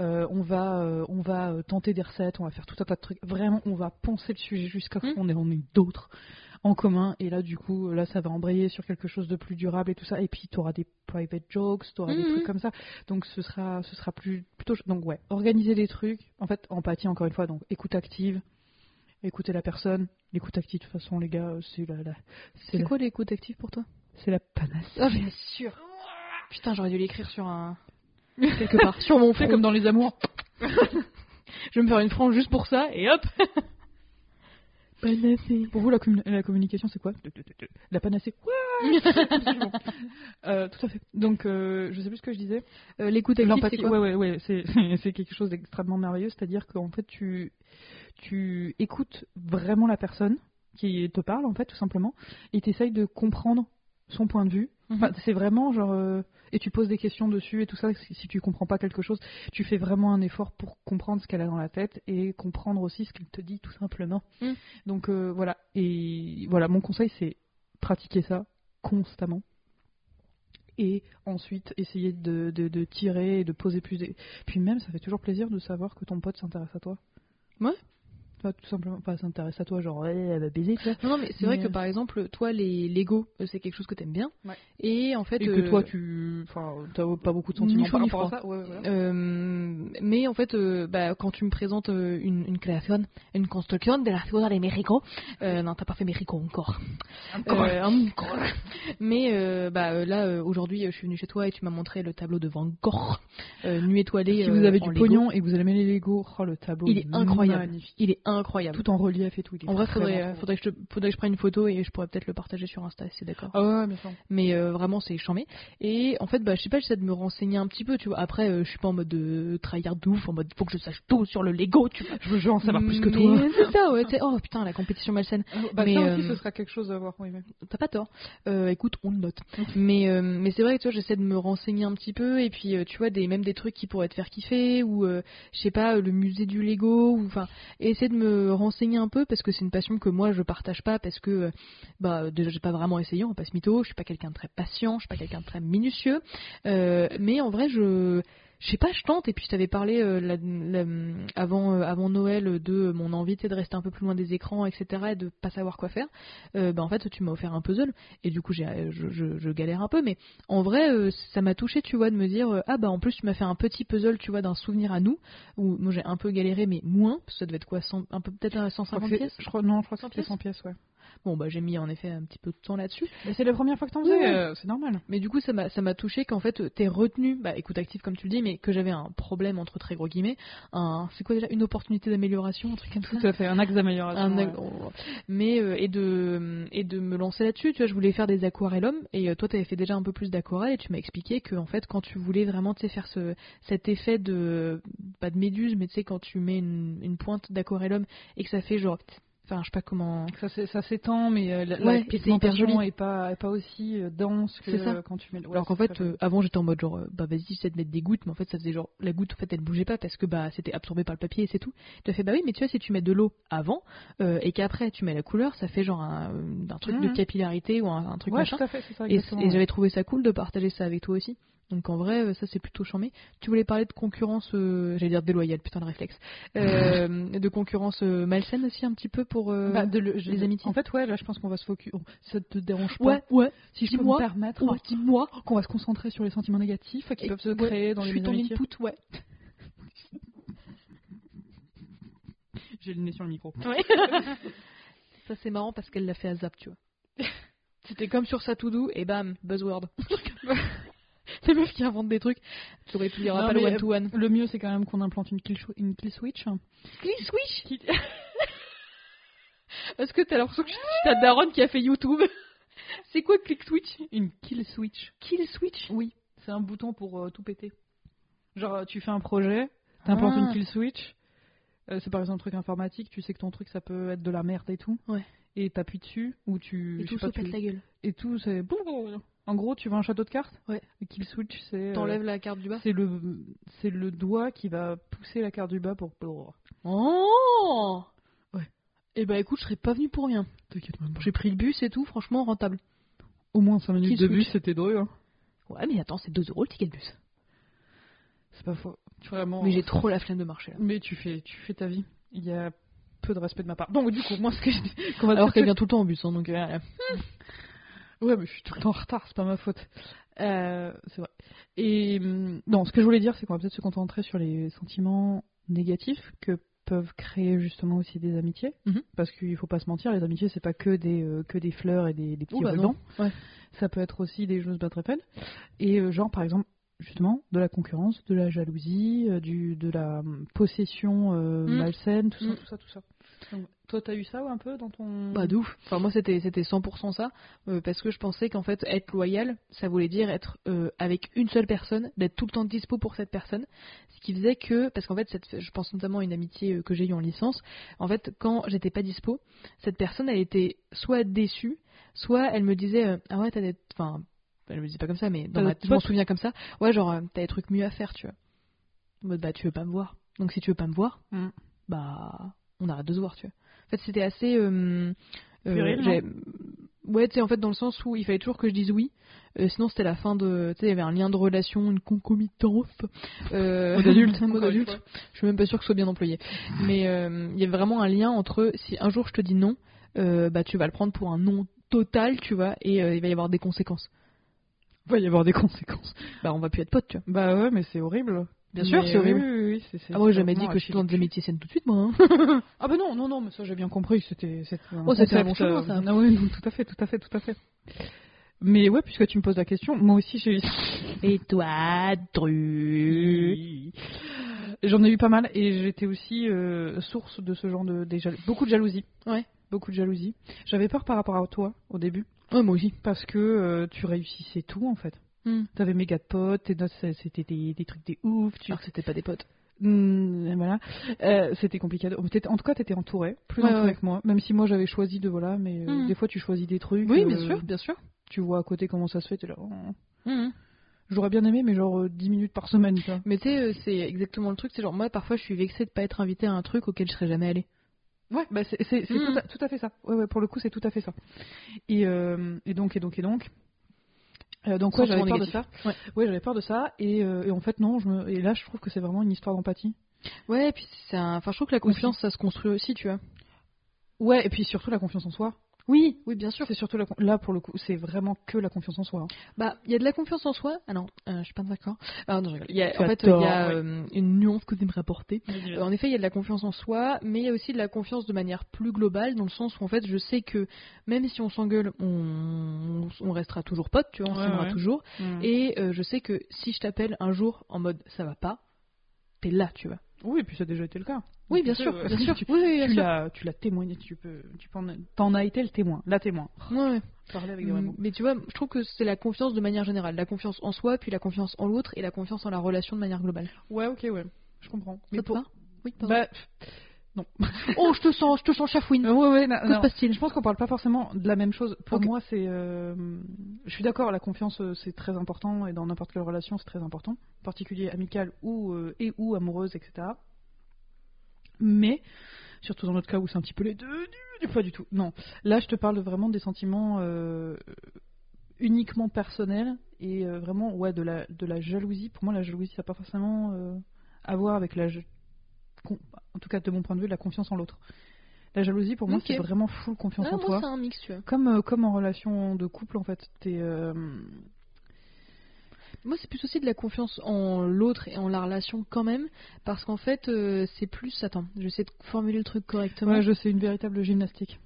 B: Euh, on va, euh, on va euh, tenter des recettes, on va faire tout un tas de trucs. Vraiment, on va poncer le sujet jusqu'à ce
A: Mm.
B: qu'on ait on ait d'autres en commun. Et là, du coup, là, ça va embrayer sur quelque chose de plus durable et tout ça. Et puis, t'auras des private jokes, t'auras des
A: Mhm.
B: trucs comme ça. Donc, ce sera, ce sera plus, plutôt. ch- Donc, ouais, organiser des trucs. En fait, empathie, encore une fois. Donc, écoute active, écouter la personne. L'écoute active, de toute façon, les gars, euh, c'est la, la- c'est
A: C'est
B: la,
A: quoi l'écoute active pour toi
B: c'est la panace.
A: Ah bien sûr. Putain, j'aurais dû l'écrire sur un quelque part, sur mon
B: On fait
A: front.
B: comme dans les amours.
A: Je vais me faire une frange juste pour ça et hop. Panacée.
B: Pour vous, la, commu- la communication, c'est quoi La panacée. Quoi Absolument. Euh, tout à fait. Donc, euh, je sais plus ce que je disais.
A: Euh, l'écoute active, c'est
B: L'empathie,
A: quoi
B: ouais, ouais, ouais, c'est c'est quelque chose d'extrêmement merveilleux, c'est-à-dire qu'en fait, tu, tu écoutes vraiment la personne qui te parle, en fait, tout simplement, et t'essayes de comprendre son point de vue.
A: Mhm.
B: Enfin, c'est vraiment genre. euh, et tu poses des questions dessus et tout ça, si, si tu comprends pas quelque chose, tu fais vraiment un effort pour comprendre ce qu'elle a dans la tête et comprendre aussi ce qu'elle te dit, tout simplement.
A: Mhm.
B: Donc, euh, voilà. Et voilà, mon conseil, c'est pratiquer ça constamment. Et ensuite, essayer de, de, de tirer et de poser plus. des- Puis même, ça fait toujours plaisir de savoir que ton pote s'intéresse à toi.
A: Ouais.
B: Enfin, tout simplement, pas s'intéresse à toi, genre, ouais, elle va baiser, tu vois.
A: Non, non, mais c'est vrai
B: Mais,
A: que
B: euh,
A: par exemple, toi, les Lego, euh, c'est quelque chose que t'aimes bien.
B: Ouais.
A: Et en fait,
B: Et que
A: euh,
B: toi, tu. Enfin, t'as pas beaucoup de
A: Ni
B: sentiments
A: chaud,
B: par
A: ni
B: rapport à
A: froid.
B: ça. Ouais, ouais, voilà.
A: Euh, mais en fait, euh, bah, quand tu me présentes euh, une, une création, une construction de la figura de México, euh, non, t'as pas fait México encore.
B: Euh,
A: Euh, encore. Mais euh, bah, euh, là, euh, aujourd'hui, euh, je suis venue chez toi et tu m'as montré le tableau de Van Gogh, euh, nu étoilé.
B: si
A: euh,
B: vous avez
A: en
B: du
A: Lego.
B: pognon et que vous aimez les Lego, oh, le tableau
A: Il est incroyable.
B: magnifique.
A: il est incroyable.
B: Tout en relief et tout. il est
A: en vrai,
B: vraiment
A: faudrait,
B: trop
A: euh,
B: beau.
A: faudrait, que je, te- faudrait que je prenne une photo et je pourrais peut-être le partager sur Insta si c'est d'accord.
B: Ah ouais, bien sûr.
A: mais euh, vraiment c'est chambé et en fait bah je sais pas j'essaie de me renseigner un petit peu tu vois après euh, je suis pas en mode de tryhard de ouf en mode faut que je sache tout sur le Lego tu vois
B: Je veux je veux en savoir plus que
A: Mais
B: toi.
A: c'est ça ouais tu sais, oh putain la compétition malsaine
B: Ah, Bah,
A: Mais,
B: ça aussi,
A: euh,
B: ce sera quelque chose à voir. Oui, mais...
A: t'as pas tort Euh, écoute on le note mais euh, mais c'est vrai que tu vois j'essaie de me renseigner un petit peu et puis euh, tu vois des même des trucs qui pourraient te faire kiffer ou euh, je sais pas euh, le musée du Lego ou enfin essayer de me renseigner un peu parce que c'est une passion que moi je partage pas parce que euh, bah déjà j'ai pas vraiment essayé on va pas se mytho je suis pas quelqu'un de très patient je suis pas quelqu'un de très minutieux Euh, mais en vrai je je sais pas, je tente, et puis je t'avais parlé euh, la- la- avant, euh, avant Noël euh, de euh, mon envie tu sais, de rester un peu plus loin des écrans, etc., et de pas savoir quoi faire. Euh, bah, en fait, tu m'as offert un puzzle, et du coup, j'ai, euh, je, je- je galère un peu, mais en vrai, euh, ça m'a touché, tu vois, de me dire, euh, ah bah en plus, tu m'as fait un petit puzzle, tu vois, d'un souvenir à nous, où moi j'ai un peu galéré, mais moins, parce que ça devait être quoi, 100 un peu peut-être euh,
B: Je crois
A: 150
B: que c'est-
A: pièces
B: je crois, Non, je crois que
A: 100
B: c'était 100 pièces, ouais.
A: Bon, bah j'ai mis en effet un petit peu de temps là-dessus.
B: Mais c'est la première fois que t'en
A: Ouais,
B: faisais,
A: ouais.
B: euh, c'est normal.
A: Mais du coup, ça m'a ça m'a touché qu'en fait, euh, t'es retenu, bah écoute active comme tu le dis, mais que j'avais un problème entre très gros guillemets, un, c'est quoi déjà, une opportunité d'amélioration, un truc comme ça.
B: Tout à fait, un axe d'amélioration.
A: Un-
B: Ah, ouais.
A: oh. Mais euh, et de et de me lancer là-dessus, tu vois, je voulais faire des aquarellums et euh, toi t'avais fait déjà un peu plus d'aquarelle et tu m'as expliqué que en fait quand tu voulais vraiment tu sais faire ce cet effet de pas de méduse mais tu sais quand tu mets une, une pointe d'aquarellum et que ça fait genre enfin je sais pas comment
B: Ça, s'é- ça s'étend, mais euh, la, la
A: Ouais, et c'est hyper
B: pigmentation
A: joli.
B: est pas, est pas aussi euh, dense que
A: C'est ça.
B: euh, quand tu mets le. ouais,
A: Alors qu'en
B: c'est
A: fait,
B: ça.
A: euh, avant j'étais en mode genre, euh, bah vas-y, j'essaie de mettre des gouttes, mais en fait ça faisait genre, la goutte en fait elle bougeait pas parce que bah c'était absorbé par le papier et c'est tout. Tu as fait, bah oui, mais tu vois, si tu mets de l'eau avant euh, et qu'après tu mets la couleur, ça fait genre un, euh, un truc de
B: Mhm.
A: capillarité ou un, un truc
B: ouais,
A: machin.
B: tout à fait, c'est ça.
A: Et,
B: exactement,
A: et
B: ouais.
A: j'avais trouvé ça cool de partager ça avec toi aussi. Donc en vrai, euh, ça c'est plutôt charmé. Tu voulais parler de concurrence, euh, j'allais dire déloyale, putain le réflexe, Euh, de concurrence euh, malsaine aussi un petit peu pour euh,
B: Bah, de le- je-
A: les amitiés.
B: En fait, ouais, là, je pense qu'on va se focus. on- Ça te dérange pas
A: ouais, ouais,
B: Si je peux
A: dis-moi,
B: me permettre,
A: ouais, dis-moi.
B: qu'on va se concentrer sur les sentiments négatifs qui
A: Et-
B: peuvent se
A: ouais,
B: créer dans
A: je
B: les
A: suis ton
B: amitiés.
A: input, ouais.
B: J'ai le nez sur le micro.
A: Ça c'est marrant parce qu'elle l'a fait à Zap, tu vois. C'était comme sur sa to-do et bam, buzzword. Ces meufs qui inventent des trucs. Tu aurais pu dire
B: Non,
A: pas le
B: mais-
A: one-to-one.
B: Le mieux, c'est quand même qu'on implante une kill, swi- une kill switch.
A: Click switch Est-ce que t'as l'impression que je suis ta daronne qui a fait YouTube C'est quoi Click Switch
B: Une kill switch.
A: Kill Switch
B: Oui, c'est un bouton pour euh, tout péter. Genre, euh, tu fais un projet, t'implantes
A: Ah.
B: une kill switch. euh, c'est par exemple un truc informatique, tu sais que ton truc ça peut être de la merde et tout.
A: Ouais.
B: Et t'appuies dessus, ou tu.
A: Et
B: je
A: tout
B: sais
A: se
B: pas, tu-
A: pète la gueule.
B: Et tout, c'est. En gros, tu veux un château de cartes
A: Ouais.
B: Le kill switch, c'est. euh,
A: T'enlèves la carte du bas.
B: C'est le, c'est le doigt qui va pousser la carte du bas pour. pour-
A: Oh
B: Ouais.
A: Eh ben écoute, je serais pas venu pour rien.
B: T'inquiète même pas.
A: J'ai pris le bus et tout, franchement rentable.
B: Au moins 5 minutes
A: Kill
B: de bus,
A: switch.
B: c'était drôle. hein.
A: Ouais, mais attends, c'est 2 euros le ticket de bus.
B: C'est pas faux. Vraiment. euh,
A: Mais j'ai trop la flemme de marcher là.
B: Mais tu fais, tu fais ta vie. Il y a peu de respect de ma part. Donc du coup, moi ce que je dis, qu'on va
A: Alors
B: dire
A: qu'elle
B: que-
A: vient tout le temps en bus, hein, donc. euh,
B: Ouais, mais je suis tout le temps en retard, c'est pas ma faute. Euh, c'est vrai. Et hum, non, ce que je voulais dire, c'est qu'on va peut-être se concentrer sur les sentiments négatifs que peuvent créer justement aussi des amitiés.
A: Mhm.
B: Parce qu'il faut pas se mentir, les amitiés, c'est pas que des, euh, que des fleurs et des, des petits
A: Oh, bah
B: rubans.
A: non. Ouais.
B: Ça peut être aussi des choses pas très fun. Et euh, genre, par exemple, justement, de la concurrence, de la jalousie, euh, du, de la hum, possession euh,
A: Mhm.
B: malsaine, tout
A: Mhm.
B: ça, tout ça, tout ça. Donc, toi, t'as eu ça ou un peu dans ton...
A: Bah de ouf. Enfin moi c'était c'était 100% ça euh, parce que je pensais qu'en fait être loyal ça voulait dire être euh, avec une seule personne, d'être tout le temps dispo pour cette personne, ce qui faisait que parce qu'en fait cette, je pense notamment à une amitié euh, que j'ai eue en licence. En fait quand j'étais pas dispo, cette personne elle était soit déçue, soit elle me disait euh, ah ouais t'as des enfin elle me disait pas comme ça mais dans
B: T'as
A: ma,
B: d'autres
A: je m'en
B: potes
A: souviens comme ça ouais genre euh, t'as des trucs mieux à faire tu vois. En mode, bah tu veux pas me voir donc si tu veux pas me voir
B: Mm.
A: bah on arrête de se voir tu vois. En fait c'était assez euh, euh,
B: Puéril, non
A: j'ai- Ouais, tu sais, en fait, dans le sens où il fallait toujours que je dise oui, euh, sinon c'était la fin de. Tu sais, il y avait un lien de relation, une concomitance. Euh,
B: Mot d'adulte,
A: un mot
B: encore une
A: d'adulte.
B: fois.
A: Je suis même pas sûre que ce soit bien employé. Mais euh, il y avait vraiment un lien entre si un jour je te dis non, euh, bah tu vas le prendre pour un non total, tu vois, et euh, il va y avoir des conséquences.
B: va y avoir des conséquences.
A: Bah on va plus être potes, tu vois.
B: Bah ouais, mais c'est horrible.
A: Bien
B: Mais
A: sûr, c'est
B: oui,
A: horrible.
B: oui, oui, oui, c'est- c'est
A: Ah, moi, j'ai jamais
B: clairement
A: dit que je suis dans des
B: atypique.
A: métiers saines tout de suite, moi. hein.
B: Ah bah non, non, non, mais ça j'ai bien compris, c'était c'était un
A: Oh, c'était un bon
B: concept,
A: chemin,
B: euh,
A: ça.
B: Ah ouais, non, tout à fait, tout à fait, tout à fait. Mais ouais, puisque tu me poses la question, moi aussi j'ai
A: Et toi, Dru
B: eu... J'en ai eu pas mal et j'étais aussi euh, source de ce genre de... des jal- Beaucoup de jalousie.
A: Ouais.
B: Beaucoup de jalousie. J'avais peur par rapport à toi au début,
A: Ouais, moi aussi.
B: parce que euh, tu réussissais tout en fait.
A: Hmm.
B: T'avais méga de potes, tes notes c'est- c'était des, des trucs des ouf, tu
A: Alors que c'était pas des potes.
B: Mm, voilà. Euh, c'était compliqué. à- t'étais- En tout cas, t'étais entouré, plus
A: Ouais,
B: entouré
A: ouais.
B: que moi. Même si moi j'avais choisi de voilà, mais euh,
A: Mm.
B: des fois tu choisis des trucs.
A: Oui,
B: euh,
A: bien sûr, bien sûr.
B: Tu vois à côté comment ça se fait, t'es là. oh.
A: Mm,
B: J'aurais bien aimé, mais genre euh, 10 minutes par semaine, tu vois.
A: Mais tu sais, euh, c'est exactement le truc. C'est genre, moi, parfois, je suis vexée de pas être invitée à un truc auquel je serais jamais allée.
B: Ouais, bah c'est c'est- c'est
A: Mm.
B: tout, à- tout à fait ça. Ouais, ouais, pour le coup, c'est tout à fait ça. Et, euh, et donc, et donc, et donc. Euh, donc ouais, j'avais
A: Sentiment
B: peur de ça.
A: négatif. Ouais.
B: Ouais, j'avais peur de ça. Et, euh, et en fait, non, je me... et là, je trouve que c'est vraiment une histoire d'empathie.
A: Ouais, et puis c'est un... Enfin, je trouve que la confiance, ça se construit aussi, tu vois.
B: Ouais, et puis surtout la confiance en soi.
A: Oui, oui, bien sûr.
B: C'est surtout la con- là pour le coup, c'est vraiment que la confiance en soi. hein.
A: Bah, il y a de la confiance en soi. Ah non, euh, je suis pas d'accord. Ah non, je rigole. Il y a-
B: Tu
A: en
B: as
A: fait, il y
B: tort,
A: a
B: ouais.
A: euh, une nuance que j'aimerais apporter. Euh, En effet, il y a de la confiance en soi, mais il y a aussi de la confiance de manière plus globale, dans le sens où en fait, je sais que même si on s'engueule, on, on restera toujours potes, tu vois, on
B: Ouais,
A: s'aimera
B: ouais.
A: toujours.
B: Mm.
A: Et euh, je sais que si je t'appelle un jour en mode ça va pas, t'es là, tu vois.
B: Oui, et puis ça a déjà été le cas.
A: Oui,
B: Donc,
A: bien
B: tu
A: sûr,
B: sais, euh,
A: bien sûr.
B: Tu,
A: Oui, oui, bien
B: tu
A: sûr.
B: l'as, tu l'as témoigné, tu peux, tu peux en- t'en as été le témoin, la témoin.
A: Ouais, ouais.
B: Parler avec des vrais
A: Mm,
B: mots.
A: Mais tu vois, je trouve que c'est la confiance de manière générale, la confiance en soi, puis la confiance en l'autre et la confiance en la relation de manière globale.
B: Ouais, ok, ouais, je comprends.
A: Ça te va Oui, pardon.
B: bah, pff, non.
A: Oh, je te sens, je te sens chafouine.
B: Euh, ouais, ouais, non,
A: que se
B: non.
A: passe-t-il
B: Je pense qu'on parle pas forcément de la même chose. Pour
A: Ok.
B: moi, c'est, euh, je suis d'accord, la confiance euh, c'est très important et dans n'importe quelle relation c'est très important, en particulier amicale ou euh, et ou amoureuse, etc. Mais surtout dans notre cas où c'est un petit peu les deux, du- du- pas du tout. Non, là je te parle vraiment des sentiments euh, uniquement personnels et euh, vraiment ouais de la de la jalousie. Pour moi, la jalousie ça n'a pas forcément euh, à voir avec la, ja- con- en tout cas de mon point de vue, la confiance en l'autre. La jalousie pour moi
A: Ok.
B: c'est vraiment full confiance
A: Ah,
B: en toi
A: moi, c'est un mix, tu vois.
B: comme, euh, comme en relation de couple, en fait, t'es. euh,
A: Moi, c'est plus aussi de la confiance en l'autre et en la relation quand même, parce qu'en fait, euh, c'est plus. Attends, je vais essayer de formuler le truc correctement.
B: Ouais, je sais, une véritable gymnastique.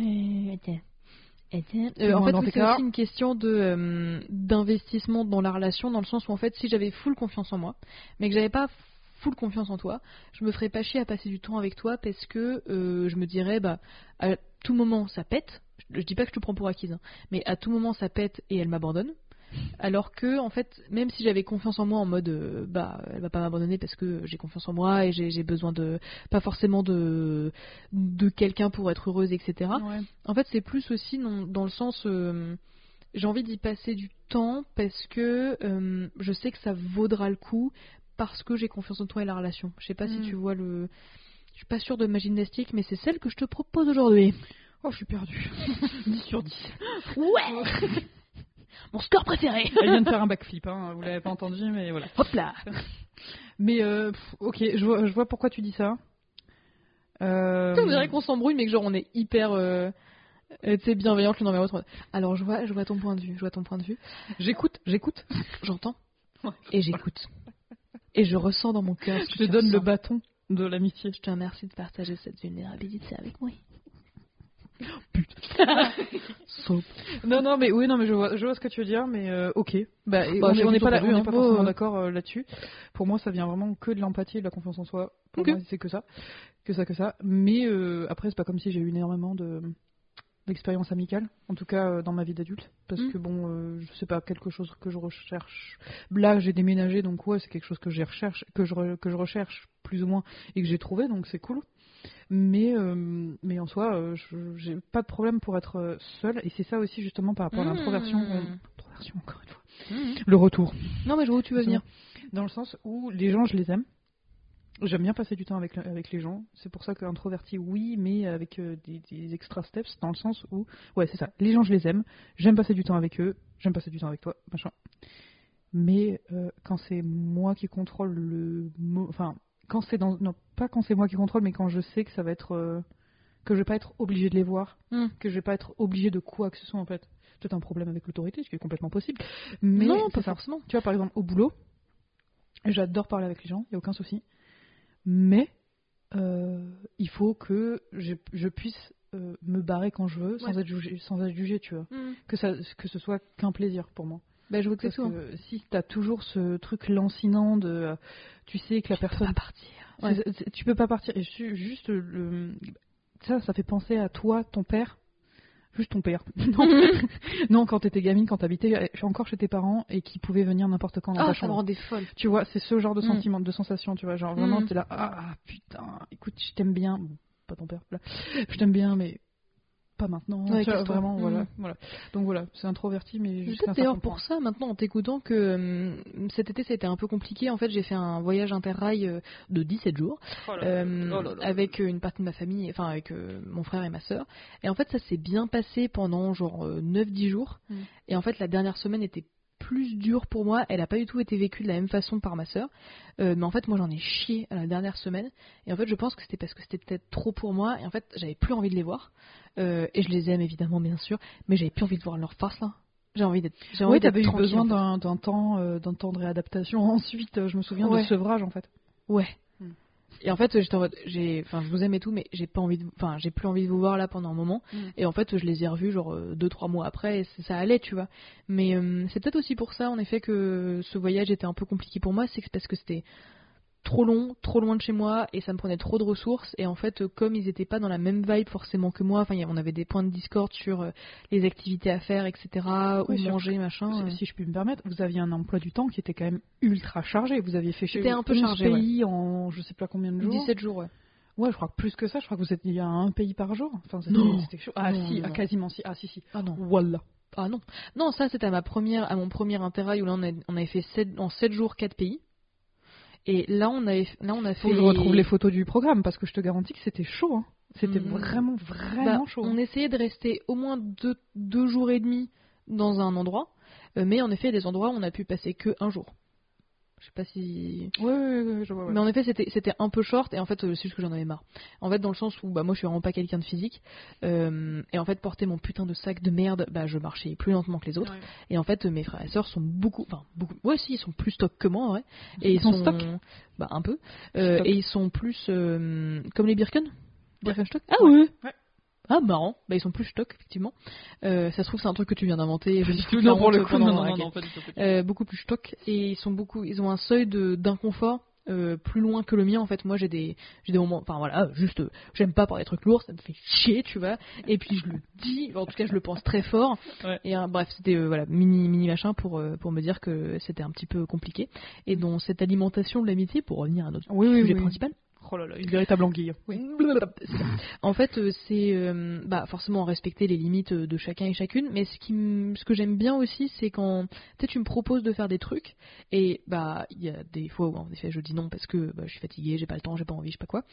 A: Euh, attends. Attends. Euh,
B: Bon,
A: en fait,
B: dans
A: oui,
B: tes
A: c'est
B: cas-
A: aussi une question de euh, d'investissement dans la relation, dans le sens où en fait, si j'avais full confiance en moi, mais que j'avais pas full confiance en toi, je me ferais pas chier à passer du temps avec toi parce que euh, je me dirais bah à tout moment ça pète, je, je dis pas que je te prends pour acquise, hein, mais à tout moment ça pète et elle m'abandonne. Alors que, en fait, même si j'avais confiance en moi en mode, euh, bah, elle va pas m'abandonner parce que j'ai confiance en moi et j'ai j'ai besoin de, pas forcément de, de quelqu'un pour être heureuse, etc.
B: Ouais.
A: En fait, c'est plus aussi non- dans le sens, euh, j'ai envie d'y passer du temps parce que euh, je sais que ça vaudra le coup parce que j'ai confiance en toi et la relation. Je sais pas
B: Mm.
A: si tu vois le, je suis pas sûre de ma gymnastique, mais c'est celle que je te propose aujourd'hui.
B: Oh, je suis perdue. 10 sur 10.
A: Ouais. Mon score préféré.
B: Elle vient de faire un backflip, hein. vous l'avez pas entendu, mais voilà.
A: Hop là.
B: Mais euh, pff, ok, je vois, je vois pourquoi tu dis ça. Euh,
A: On dirait qu'on s'embrouille, mais que genre on est hyper, euh, euh, tu sais, bienveillante l'une envers l'autre. Alors je vois, je vois ton point de vue, je vois ton point de vue.
B: J'écoute, j'écoute.
A: J'entends
B: Ouais.
A: et j'écoute et je ressens dans mon cœur. ce
B: Je
A: que
B: te
A: tu
B: donne le
A: ressens.
B: bâton de l'amitié.
A: Je te remercie de partager cette vulnérabilité avec moi.
B: Non, non, mais oui, non, mais je vois, je vois ce que tu veux dire, mais euh, ok. Bah, et
A: Bah,
B: on
A: j'ai
B: est- on
A: vu
B: n'est
A: ton
B: pas, là-
A: point de
B: on
A: vue,
B: est pas
A: hein.
B: forcément
A: Oh, euh.
B: d'accord euh, là-dessus. Pour moi, ça vient vraiment que de l'empathie et de la confiance en soi. Pour
A: Ok.
B: moi, c'est que ça, que ça, que ça. Mais euh, après, c'est pas comme si j'ai eu énormément de d'expérience amicale, en tout cas euh, dans ma vie d'adulte, parce
A: Mm.
B: que bon, euh, je sais pas quelque chose que je recherche. Là, j'ai déménagé, donc ouais, c'est quelque chose que je recherche, que je re- que je recherche plus ou moins et que j'ai trouvé, donc c'est cool. Mais, euh, mais en soi, euh, je- j'ai pas de problème pour être euh, seule. Et c'est ça aussi, justement, par rapport à l'introversion.
A: Mmh.
B: euh, introversion, encore une fois. Le retour.
A: Non, mais je vois où tu veux venir.
B: Dans le sens où les gens, je les aime. J'aime bien passer du temps avec, le- avec les gens. C'est pour ça que introverti, oui, mais avec euh, des, des extra steps. Dans le sens où, ouais, c'est ça. Les gens, je les aime. J'aime passer du temps avec eux. J'aime passer du temps avec toi. Machin. Mais euh, quand c'est moi qui contrôle le mot. Enfin, quand c'est dans. Non, pas quand c'est moi qui contrôle, mais quand je sais que ça va être. euh, que je vais pas être obligé de les voir.
A: Mm.
B: Que je vais pas être obligé de quoi que ce soit, en fait. C'est peut-être un problème avec l'autorité, ce qui est complètement possible. Mais
A: non,
B: c'est
A: pas
B: ça.
A: forcément.
B: Tu vois, par exemple, au boulot, j'adore parler avec les gens, il n'y a aucun souci. Mais euh, il faut que je, je puisse euh, me barrer quand je veux, sans,
A: Ouais.
B: être jugé, sans être jugé, tu vois. Que, ça, que ce soit qu'un plaisir pour moi.
A: Bah, je vois que
B: Mmh. Parce
A: c'est tout.
B: que si t'as toujours ce truc lancinant de... euh, Tu sais que la personne...
A: Pas partir.
B: C'est- c'est- Tu peux pas partir. Et ju- juste le- ça, ça fait penser à toi, ton père. Juste ton père. Non, non quand t'étais gamine, quand t'habitais eh, encore chez tes parents et qui pouvaient venir n'importe quand dans
A: Ah,
B: ta
A: ça me
B: chambre.
A: rendait folle.
B: Tu vois, c'est ce genre de
A: Mm.
B: sentiment, de sensation, tu vois. Genre vraiment,
A: Mm.
B: t'es là, ah putain, écoute, je t'aime bien. Bon, pas ton père, là. Je t'aime bien, mais pas maintenant.
A: Ouais,
B: Tu vois,
A: casse-toi.
B: vraiment,
A: Mm.
B: voilà, voilà. Donc voilà, c'est introverti, mais
A: C'est
B: jusqu'à un
A: peut-être d'ailleurs
B: certain point.
A: pour ça, maintenant, en t'écoutant, que euh, cet été, ça a été un peu compliqué. En fait, j'ai fait un voyage interrail euh, de 17 jours
B: Oh
A: euh, avec euh, une partie de ma famille, enfin, avec euh, mon frère et ma sœur. Et en fait, ça s'est bien passé pendant genre euh, 9-10 jours.
B: Mm.
A: Et en fait, la dernière semaine était plus dure pour moi. Elle n'a pas du tout été vécue de la même façon par ma sœur. Euh, mais en fait, moi, j'en ai chié à la dernière semaine. Et en fait, je pense que c'était parce que c'était peut-être trop pour moi. Et en fait, j'avais plus envie de les voir. Euh, et je les aime évidemment, bien sûr. Mais j'avais plus envie de voir leur face là. J'ai envie d'être. J'ai envie
B: Oui,
A: d'être
B: t'avais eu
A: tranquille,
B: besoin
A: en fait.
B: d'un d'un temps, euh, d'un temps de réadaptation. Ensuite, euh, je me souviens
A: Ouais.
B: de sevrage, en fait.
A: Ouais.
B: Hmm.
A: Et en fait, j'étais en mode, j'ai, enfin, je vous aime et tout, mais j'ai pas envie de, enfin, j'ai plus envie de vous voir là pendant un moment.
B: Hmm.
A: Et en fait, je les ai revus genre euh, deux trois mois après, et c'est- ça allait, tu vois. Mais euh, c'est peut-être aussi pour ça, en effet, que ce voyage était un peu compliqué pour moi, c'est que- parce que c'était trop long, trop loin de chez moi, et ça me prenait trop de ressources. Et en fait, euh, comme ils étaient pas dans la même vibe forcément que moi, enfin, il y a- on avait des points de discorde sur euh, les activités à faire, etc.,
B: Oui,
A: ou
B: sur-
A: manger, machin.
B: Si-
A: euh.
B: Si je puis me permettre, vous aviez un emploi du temps qui était quand même ultra chargé. Vous aviez fait chez
A: C'était un peu
B: 11
A: chargé, ouais.
B: pays en je sais pas combien de jours.
A: 17 jours, ouais.
B: Ouais, je crois que plus que ça. Je crois que vous êtes il y a un pays par jour. Enfin, c'était-
A: Non.
B: c'était chaud. Ah
A: Non,
B: si,
A: non,
B: ah,
A: non.
B: quasiment si. Ah si si.
A: Ah non.
B: Voilà.
A: Ah non, non, ça c'était à ma première, à mon premier interrail où là on, a- on avait fait sept- en 7 jours 4 pays. Et là on avait, là on a fait.
B: Faut que je retrouve les photos du programme parce que je te garantis que c'était chaud. hein. C'était
A: Mm.
B: vraiment
A: Bah,
B: vraiment chaud. hein.
A: On essayait de rester au moins 2 jours et demi dans un endroit, euh, mais en effet il y a des endroits où on a pu passer que un jour. Je sais pas si.
B: Ouais, ouais, ouais, ouais, je vois. ouais.
A: Mais en effet, c'était c'était un peu short, et en fait, euh, c'est juste que j'en avais marre. En fait, dans le sens où, bah, moi, je suis vraiment pas quelqu'un de physique, euh, et en fait, porter mon putain de sac de merde, bah, je marchais plus lentement que les autres.
B: Ouais.
A: Et en fait, mes frères et sœurs sont beaucoup, enfin, beaucoup, ouais, si, ils sont plus stock que moi, en vrai. Et
B: Ils
A: ils,
B: sont
A: sont,
B: stock
A: bah, un peu. Euh,
B: Stock.
A: et ils sont plus, euh, comme les Birken Birkenstock Ah
B: Ouais.
A: ouais.
B: Ouais.
A: Ah marrant, bah ils sont plus stock effectivement. Euh, ça se trouve c'est un truc que tu viens d'inventer. et je me suis toute la
B: Non pour le
A: honte
B: coup,
A: pendant-
B: non non
A: ok.
B: non, pas du tout. pas du tout.
A: Euh, beaucoup plus stock et ils sont beaucoup, ils ont un seuil de d'inconfort euh, plus loin que le mien en fait moi j'ai des j'ai des moments enfin voilà juste euh, j'aime pas parler des trucs lourds ça me fait chier tu vois et puis je le dis en tout cas je le pense très fort
B: Ouais.
A: et euh, bref c'était euh, voilà mini mini machin pour euh, pour me dire que c'était un petit peu compliqué et donc cette alimentation de l'amitié pour revenir à notre
B: Oui, oui,
A: sujet
B: oui.
A: principal
B: Oh là là, une véritable anguille.
A: Blablabla. C'est ça. En fait, euh, c'est euh, bah, forcément respecter les limites euh, de chacun et chacune, mais ce, qui m- ce que j'aime bien aussi, c'est quand tu sais, tu me proposes de faire des trucs, et bah il y a des fois où en effet je dis non parce que bah, je suis fatiguée, j'ai pas le temps, j'ai pas envie, je sais pas quoi,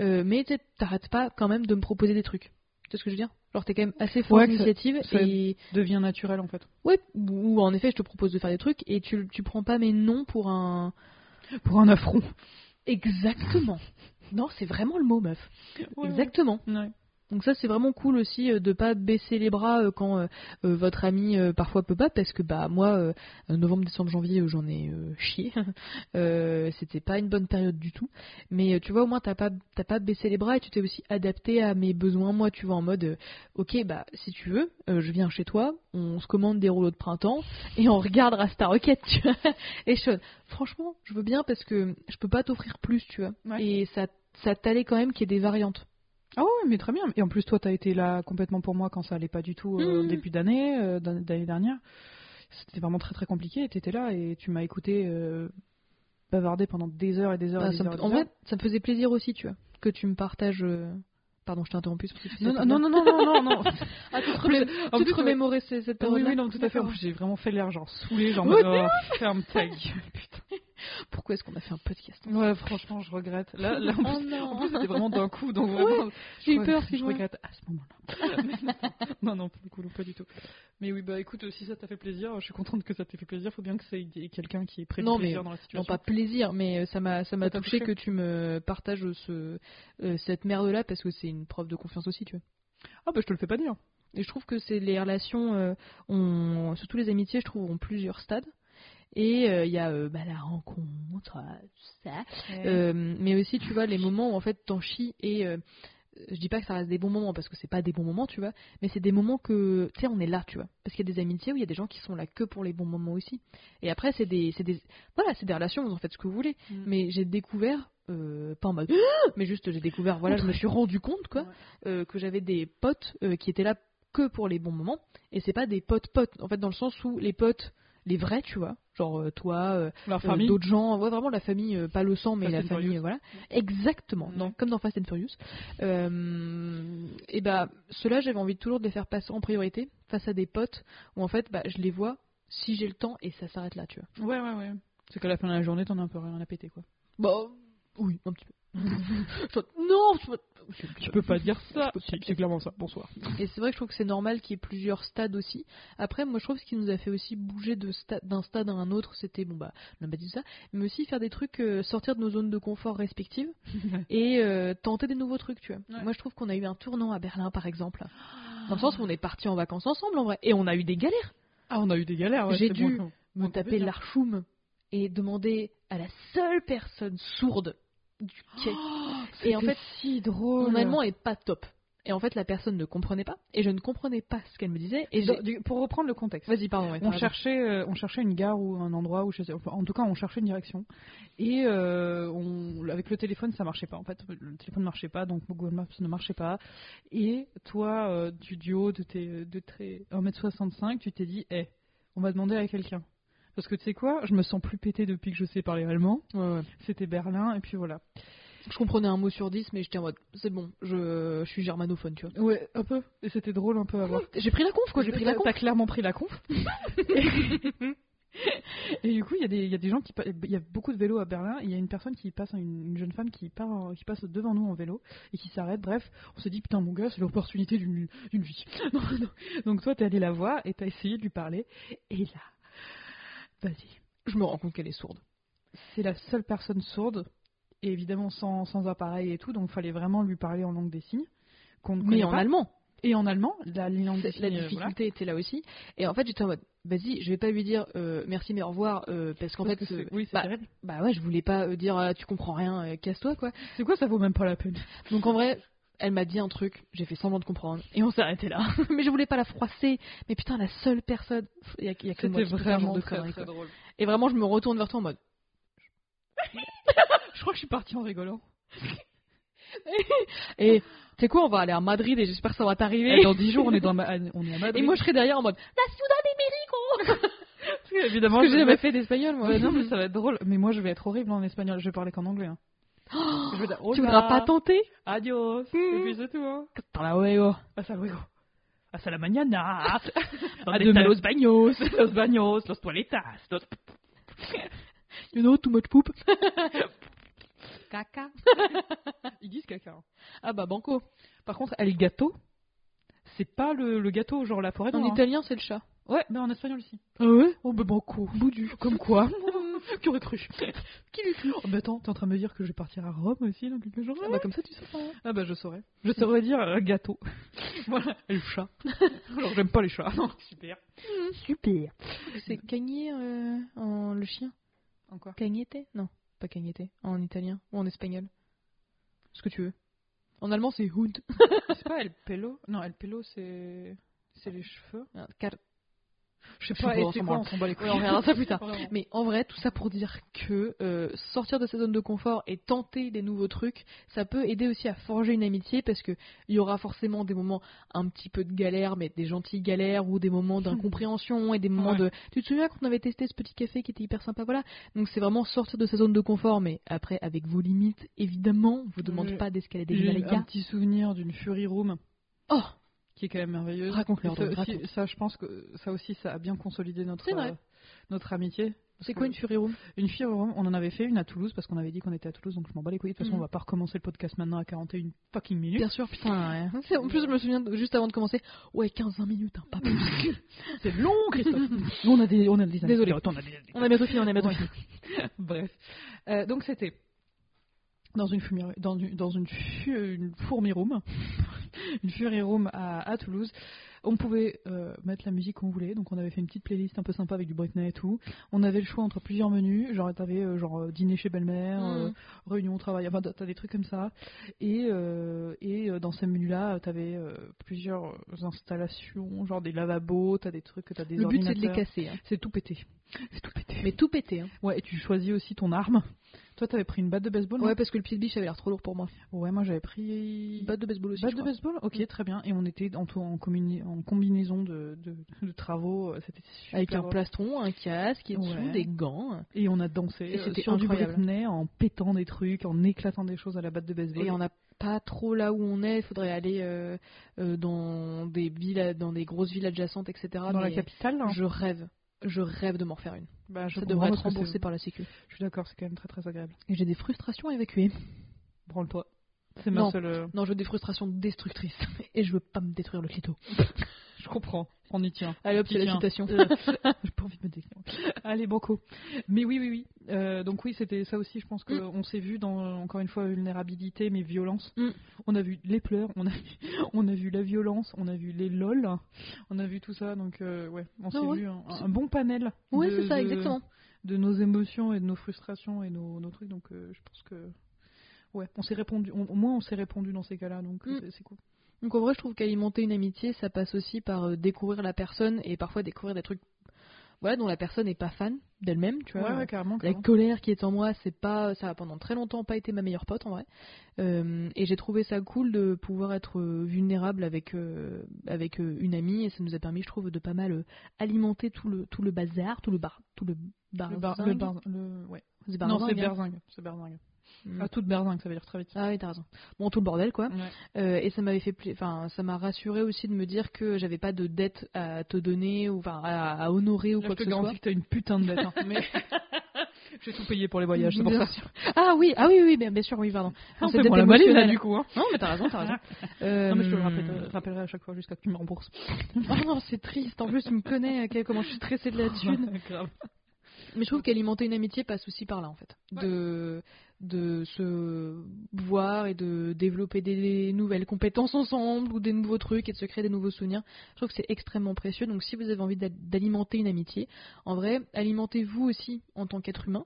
A: Euh, mais tu sais, t'arrêtes pas quand même de me proposer des trucs. Tu sais ce que je veux dire Genre t'es quand même assez fort
B: Ouais, que ça-
A: d'initiative
B: ça-
A: et
B: Devient naturel en fait.
A: ouais ou ou en effet je te propose de faire des trucs et tu tu prends pas mes non pour un
B: Pour un affront.
A: exactement. Non, c'est vraiment le mot meuf.
B: Ouais,
A: exactement.
B: ouais.
A: Donc ça c'est vraiment cool aussi euh, de pas baisser les bras euh, quand euh, euh, votre ami euh, parfois peut pas parce que bah moi euh, novembre décembre janvier euh, j'en ai euh, chié Euh, c'était pas une bonne période du tout mais euh, tu vois au moins t'as pas t'as pas baissé les bras et tu t'es aussi adapté à mes besoins moi tu vois en mode euh, ok bah si tu veux euh, je viens chez toi on se commande des rouleaux de printemps et on regarde Rasta Rocket tu vois et je suis en mode, franchement je veux bien parce que je peux pas t'offrir plus tu vois
B: Ouais.
A: et ça ça t'allait quand même qu'il y ait des variantes
B: Ah ouais, mais très bien. Et en plus, toi, t'as été là complètement pour moi quand ça allait pas du tout euh, au
A: Mhm.
B: début d'année, euh, d'an- d'année dernière. C'était vraiment très très compliqué. Et t'étais là et tu m'as écouté euh, bavarder pendant des heures et des heures.
A: Bah,
B: et des
A: ça me-
B: heures et des
A: en
B: heures.
A: vrai, ça me faisait plaisir aussi, tu vois, que tu me partages. euh, Pardon, je t'ai interrompu. c'est parce que tu faisais
B: non,
A: ta
B: non,
A: blague.
B: non, non, non, non, non.
A: Ah, tu te,
B: plus,
A: remé-
B: en
A: tu
B: plus,
A: te remémorais ce- cette
B: oui,
A: période-là
B: oui, non, tout à fait.
A: D'accord.
B: J'ai vraiment fait l'air genre saoulé, genre
A: Ouais,
B: oh, ferme ta gueule. Putain.
A: Pourquoi est-ce qu'on a fait un podcast hein
B: Ouais, franchement, je regrette. Là, là en plus,
A: Oh non.
B: en plus, c'était vraiment d'un coup, donc vraiment,
A: j'ai eu
B: je-
A: peur,
B: Je
A: excuse-moi.
B: regrette à ce moment-là. Mais non, non, non, pour le coup, non, pas du tout. Mais oui, bah écoute, si ça t'a fait plaisir, je suis contente que ça t'ait fait plaisir. Faut bien que c'est quelqu'un qui est prêt
A: Non,
B: de
A: mais-
B: plaisir dans la
A: Non,
B: situation.
A: pas plaisir, mais euh, ça m'a ça m'a
B: t'a
A: touché que
B: touché.
A: tu me partages ce, euh, cette merde-là parce que c'est une preuve de confiance aussi, tu vois.
B: Ah bah je te le fais pas dire.
A: Et je trouve que c'est les relations, euh, ont, surtout les amitiés, je trouve, ont plusieurs stades. Et euh, il y a euh, bah, la rencontre, euh, tout ça, Euh, mais aussi, tu vois, les moments où en fait t'en chies et euh, je dis pas que ça reste des bons moments parce que c'est pas des bons moments, tu vois, mais c'est des moments que tu sais, on est là, tu vois, parce qu'il y a des amitiés où il y a des gens qui sont là que pour les bons moments aussi. Et après, c'est des, c'est des, voilà, c'est des relations, vous en faites ce que vous voulez.
B: Mm.
A: Mais j'ai découvert, euh, pas en mode, Ah mais juste j'ai découvert, voilà, je me suis rendu compte quoi,
B: Ouais.
A: euh, que j'avais des potes euh, qui étaient là que pour les bons moments et c'est pas des potes potes en fait dans le sens où les potes les vrais tu vois genre euh, toi euh,
B: leur
A: euh,
B: famille.
A: d'autres gens, ouais, vraiment la famille, euh, pas le sang, mais
B: Fast
A: la
B: and
A: famille,
B: Furious.
A: euh, voilà. Exactement,
B: Ouais.
A: dans- comme dans Fast and Furious. Euh, et bah, ceux-là, j'avais envie toujours de les faire passer en priorité face à des potes où en fait, bah, je les vois si j'ai le temps et ça s'arrête là, tu vois.
B: Ouais, ouais, ouais. C'est qu'à la fin de la journée, t'en as un peu rien à péter, quoi.
A: Bah, oui, un petit peu. Je- non, je-
B: Tu peux pas dire ça.
A: Je peux pas
B: C'est clairement ça. Bonsoir.
A: Et c'est vrai que je trouve que c'est normal qu'il y ait plusieurs stades aussi. Après, moi, je trouve que ce qui nous a fait aussi bouger de sta- d'un stade à un autre, c'était, bon, bah, on a pas dit ça, mais aussi faire des trucs, euh, sortir de nos zones de confort respectives et euh, tenter des nouveaux trucs, tu vois.
B: Ouais.
A: Moi, je trouve qu'on a eu un tournant à Berlin, par exemple, dans le sens où on est parti en vacances ensemble, en vrai, et on a eu des galères.
B: Ah, on a eu des galères. ouais,
A: J'ai
B: c'est
A: dû
B: bon.
A: Me
B: On peut
A: taper
B: dire.
A: l'archoum et demander à la seule personne sourde du quai
B: Oh,
A: Et en
B: c'était
A: fait,
B: si drôle.
A: mon allemand est pas top. Et en fait, la personne ne comprenait pas, et je ne comprenais pas ce qu'elle me disait. Et
B: Et
A: j'ai-
B: dans- du- pour reprendre le contexte,
A: Vas-y, pardon. ouais, t'as
B: on
A: raison.
B: cherchait, euh, on cherchait une gare ou un endroit où je sais, enfin, en tout cas, on cherchait une direction. Et euh, on, avec le téléphone, ça marchait pas. En fait, le téléphone ne marchait pas, donc Google Maps ne marchait pas. Et toi, euh, du, du haut de tes, de tes 1m65, tu t'es dit, eh, on va demander à quelqu'un. Parce que tu sais quoi, je me sens plus pété depuis que je sais parler allemand. C'était Berlin, et puis voilà.
A: Je comprenais un mot sur dix, mais j'étais en mode, c'est bon, je, je suis germanophone, tu vois.
B: Ouais, un peu. Et c'était drôle un peu à voir.
A: J'ai pris la conf, quoi, j'ai pris la
B: T'as-
A: conf.
B: T'as clairement pris la conf. et du coup, il y, a des- il y a des gens qui. pa- Il y a beaucoup de vélos à Berlin. et Il y a une personne qui passe, une, une jeune femme qui, part en- qui passe devant nous en vélo et qui s'arrête. Bref, on s'est dit, putain, mon gars, c'est l'opportunité d'une d'une vie. Non, non. Donc toi, t'es allé la voir et t'as essayé de lui parler. Et là, vas-y.
A: Je me rends compte qu'elle est sourde.
B: C'est la seule personne sourde. Et évidemment, sans, sans appareil et tout. Donc, fallait vraiment lui parler en langue des signes. qu'on ne
A: Mais
B: connaît
A: en
B: pas.
A: allemand.
B: Et en allemand, la langue des
A: C'est-
B: signes.
A: La
B: euh,
A: difficulté
B: voilà.
A: était là aussi. Et en fait, j'étais en mode, vas-y, je vais pas lui dire euh, merci, mais au revoir, euh, parce qu'en
B: Parce
A: fait,
B: que c'est-
A: euh,
B: oui, c'est
A: bah,
B: terrible.
A: bah ouais, je voulais pas euh, dire, ah, tu comprends rien, euh, casse-toi, quoi.
B: C'est quoi, ça vaut même pas la peine
A: Donc en vrai, elle m'a dit un truc, j'ai fait semblant de comprendre, et on s'est arrêté là. mais je voulais pas la froisser. Mais putain, la seule personne, il y a, y a que moi
B: C'était
A: qui peux faire ce genre
B: vraiment
A: de
B: très,
A: conneries,
B: très
A: quoi.
B: drôle.
A: Et vraiment, je me retourne vers toi en mode.
B: Je crois que je suis partie en rigolant.
A: Et tu sais quoi, on va aller à Madrid et j'espère que ça va t'arriver.
B: Eh, dans 10 jours, on est, dans Ma- on est à Madrid.
A: Et moi, je serai derrière en mode La Ciudad de México
B: Parce que, évidemment,
A: Parce que
B: je
A: j'ai
B: vais-
A: jamais fait d'espagnol, moi.
B: Ouais, non, mais ça va être drôle. Mais moi, je vais être horrible en espagnol. Je vais parler qu'en anglais. hein. Je vais dire,
A: tu
B: hola,
A: voudras pas tenter
B: Adios.
A: Mhm.
B: Et puis c'est tout. Hein. Ah,
A: Hasta luego.
B: Hasta luego. Hasta Ah, la mañana.
A: À
B: Hasta
A: demain.
B: los baños. Los baños. Los toiletas. Los...
A: You know, too much poop. Caca.
B: Ils disent caca. hein.
A: Ah bah, banco.
B: Par contre, el gato, c'est pas le, le gâteau, genre la forêt
A: En
B: noire. hein.
A: italien, c'est le chat.
B: Ouais, mais en espagnol aussi.
A: Ah ouais
B: Oh, bah banco. Boudu. Comme quoi Qui aurait cru Qui l'eût cru Oh, bah attends, t'es en train de me dire que je vais partir à Rome aussi dans quelques jours
A: Ah bah, comme ça, tu sais pas.
B: Ah bah je saurais. Je saurais dire euh, gâteau. voilà, et le chat. Alors j'aime pas les chats. Non, super.
A: Mmh, Super. C'est cagné euh, en le chien
B: Encore.
A: Cagnette Non, pas cagnette. En italien ou en espagnol. Ce que tu veux. En allemand, c'est Hund.
B: C'est pas el pelo Non, el pelo c'est c'est les cheveux.
A: Ah, car-
B: Je sais
A: pas,
B: pas,
A: et
B: et
A: c'est
B: c'est
A: quoi,
B: quoi On s'en bat les couilles.
A: Ouais, on verra ça plus tard.
B: Vraiment.
A: Mais en vrai, tout ça pour dire que euh, sortir de sa zone de confort et tenter des nouveaux trucs, ça peut aider aussi à forger une amitié parce que il y aura forcément des moments un petit peu de galère, mais des gentilles galères ou des moments d'incompréhension et des moments
B: Ouais.
A: de. Tu te souviens qu'on avait testé ce petit café qui était hyper sympa, voilà. Donc c'est vraiment sortir de sa zone de confort, mais après avec vos limites, évidemment, on vous demande
B: Oui.
A: pas d'escalader les
B: J'ai un
A: barricades.
B: petit souvenir d'une Fury Room
A: Oh,
B: qui est quand même merveilleuse.
A: Raconte-le,
B: Et ça,
A: Antoine,
B: aussi-
A: raconte.
B: ça, je pense que ça aussi, ça a bien consolidé notre
A: C'est vrai.
B: euh, notre amitié.
A: c'est quoi une furie room
B: Une Fury Room On en avait fait une à Toulouse parce qu'on avait dit qu'on était à Toulouse, donc je m'en bats les couilles. De toute façon,
A: Mhm.
B: on va pas recommencer le podcast maintenant à 41 fucking minutes.
A: Bien sûr, putain. ouais. C'est- En plus, je me souviens de- juste avant de commencer, ouais, 15-20 minutes, hein, pas plus.
B: C'est long, Christophe. Nous, on a des, on a des
A: Désolée.
B: anecdotes, on a des-
A: on a bientôt fini, on a bientôt
B: Ouais.
A: fini.
B: Bref. Euh, donc c'était dans une fumier- dans, une- dans une, fu- une fourmi room, une fury room à, à Toulouse. On pouvait euh, mettre la musique qu'on voulait, donc on avait fait une petite playlist un peu sympa avec du Britney et tout. On avait le choix entre plusieurs menus, genre t'avais euh, genre euh, dîner chez belle-mère, euh,
A: Mm.
B: réunion au travail, enfin t'as t'as des trucs comme ça. Et, euh, et euh, dans ces menus-là, t'avais euh, plusieurs installations, genre des lavabos, t'as des trucs, t'as des
A: Le but, c'est de les
B: ordinateurs.
A: casser. hein.
B: C'est tout pété. C'est tout pété.
A: Mais tout péter. Hein.
B: Ouais, et tu choisis aussi ton arme. Toi, t'avais pris une batte de baseball non
A: Ouais, parce que le pied de biche avait l'air trop lourd pour moi.
B: Ouais, moi j'avais pris.
A: Batte de baseball aussi.
B: Batte
A: je
B: de
A: crois. Mm.
B: baseball Ok, très bien. Et on était en, to- en, communi- en combinaison de, de, de travaux. euh, C'était super.
A: Avec un
B: drôle.
A: plastron, un casque, et dessous
B: Ouais.
A: des gants.
B: Et on a dansé
A: Et
B: euh,
A: c'était
B: sur du
A: incroyable.
B: Britney en pétant des trucs, en éclatant des choses à la batte de baseball.
A: Et on n'a pas trop là où on est. Il faudrait aller euh, euh, dans des villes, dans des grosses villes adjacentes, etc.
B: Dans la
A: mais
B: capitale hein.
A: Je rêve. Je rêve de m'en refaire une.
B: Bah, je
A: Ça devrait être
B: comprends parce que
A: remboursé
B: c'est-
A: par la Sécu.
B: Je suis d'accord, c'est quand même très très agréable.
A: Et j'ai des frustrations à évacuer.
B: Branle-toi. C'est ma
A: Non.
B: seule. euh,
A: Non, j'ai des frustrations destructrices. Et je veux pas me détruire le clito.
B: Je comprends. On y tient.
A: Allez hop,
B: On y
A: c'est la
B: tient.
A: citation.
B: Euh, J'ai pas envie de me déclencher. Allez, banco. Mais oui, oui, oui. Euh, donc oui, c'était ça aussi. Je pense
A: Mm.
B: qu'on s'est vu dans encore une fois vulnérabilité, mais violence.
A: Mm.
B: On a vu les pleurs, on a vu, on a vu la violence, on a vu les lol, on a vu tout ça. Donc euh, ouais, on s'est
A: Ah ouais.
B: vu un, un bon panel.
A: Ouais,
B: de-
A: c'est ça,
B: de-
A: exactement.
B: De nos émotions et de nos frustrations et nos, nos trucs. Donc euh, je pense que ouais, on s'est répondu. on- au moins, on s'est répondu dans ces cas-là. Donc
A: Mm.
B: c'est- c'est cool.
A: Donc en vrai, je trouve qu'alimenter une amitié, ça passe aussi par euh, découvrir la personne et parfois découvrir des trucs voilà, dont la personne n'est pas fan d'elle-même, tu vois.
B: Ouais, ouais, carrément.
A: La
B: carrément.
A: colère qui est en moi, c'est pas, ça a pendant très longtemps pas été ma meilleure pote en vrai. Euh, et j'ai trouvé ça cool de pouvoir être euh, vulnérable avec euh, avec euh, une amie et ça nous a permis, je trouve, de pas mal euh, alimenter tout le tout le bazar, tout le bar, tout le bar,
B: Le bar, le bar, le ouais.
A: c'est
B: non,
A: barzingue,
B: c'est
A: hein.
B: berzingue, c'est berzingue.
A: Mm.
B: Ah, toute berzingue, ça veut dire très vite.
A: Ah oui, t'as raison. Bon, tout le bordel quoi.
B: Ouais.
A: Euh, et ça m'avait fait, pla- enfin, ça m'a rassuré aussi de me dire que j'avais pas de dette à te donner ou enfin à, à honorer ou
B: Là,
A: quoi
B: je
A: que
B: te
A: ce soit.
B: garantis que t'as une putain de dette. hein. Mais j'ai tout payé pour les voyages, c'est pour
A: Bien
B: ça.
A: sûr. Ah oui, ah oui, oui, bien, bien sûr, oui, pardon.
B: Ah, On
A: c'est
B: fait pour
A: peut-être
B: la maline, là
A: émotionnel.
B: du coup. hein.
A: Non, mais t'as raison, t'as raison. Euh,
B: Non mais je te le rappelle- te rappellerai à chaque fois jusqu'à ce que tu me rembourses.
A: oh non, c'est triste. En plus, tu me connais, à quel- comment je suis stressée de la thune.
B: Grave.
A: Mais je trouve qu'alimenter une amitié passe aussi par là, en fait.
B: Ouais.
A: De, de se voir et de développer des, des nouvelles compétences ensemble ou des nouveaux trucs et de se créer des nouveaux souvenirs. Je trouve que c'est extrêmement précieux. Donc, si vous avez envie d'a- d'alimenter une amitié, en vrai, alimentez-vous aussi en tant qu'être humain.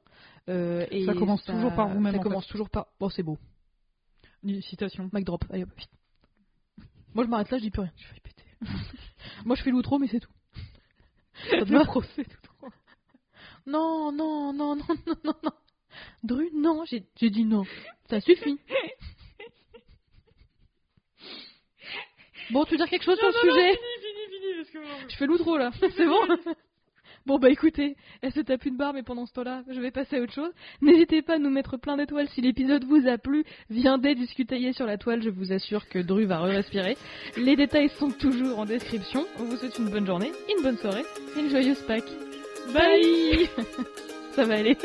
A: Euh, et
B: Ça commence toujours par vous-même,
A: Ça
B: en
A: commence toujours par. Bon, c'est beau.
B: Une citation.
A: Mac drop. Allez, hop, vite. Moi, je m'arrête là, je dis plus rien.
B: Je vais péter.
A: Moi, je fais l'outro, mais c'est tout. Ça te va
B: Le procès tout droit.
A: Non, non, non, non, non, non, non. Dru, non, j'ai j'ai dit non. Ça suffit. Bon, tu veux dire quelque chose sur le sujet
B: fini, fini, parce que...
A: Je fais l'outro là, c'est bon Bon bah écoutez, elle se tape une barre mais pendant ce temps-là, je vais passer à autre chose. N'hésitez pas à nous mettre plein d'étoiles si l'épisode vous a plu. Viendez discutailler sur la toile, je vous assure que Dru va respirer. Les détails sont toujours en description. On vous souhaite une bonne journée, une bonne soirée et une joyeuse Pâques. Bye Ça va aller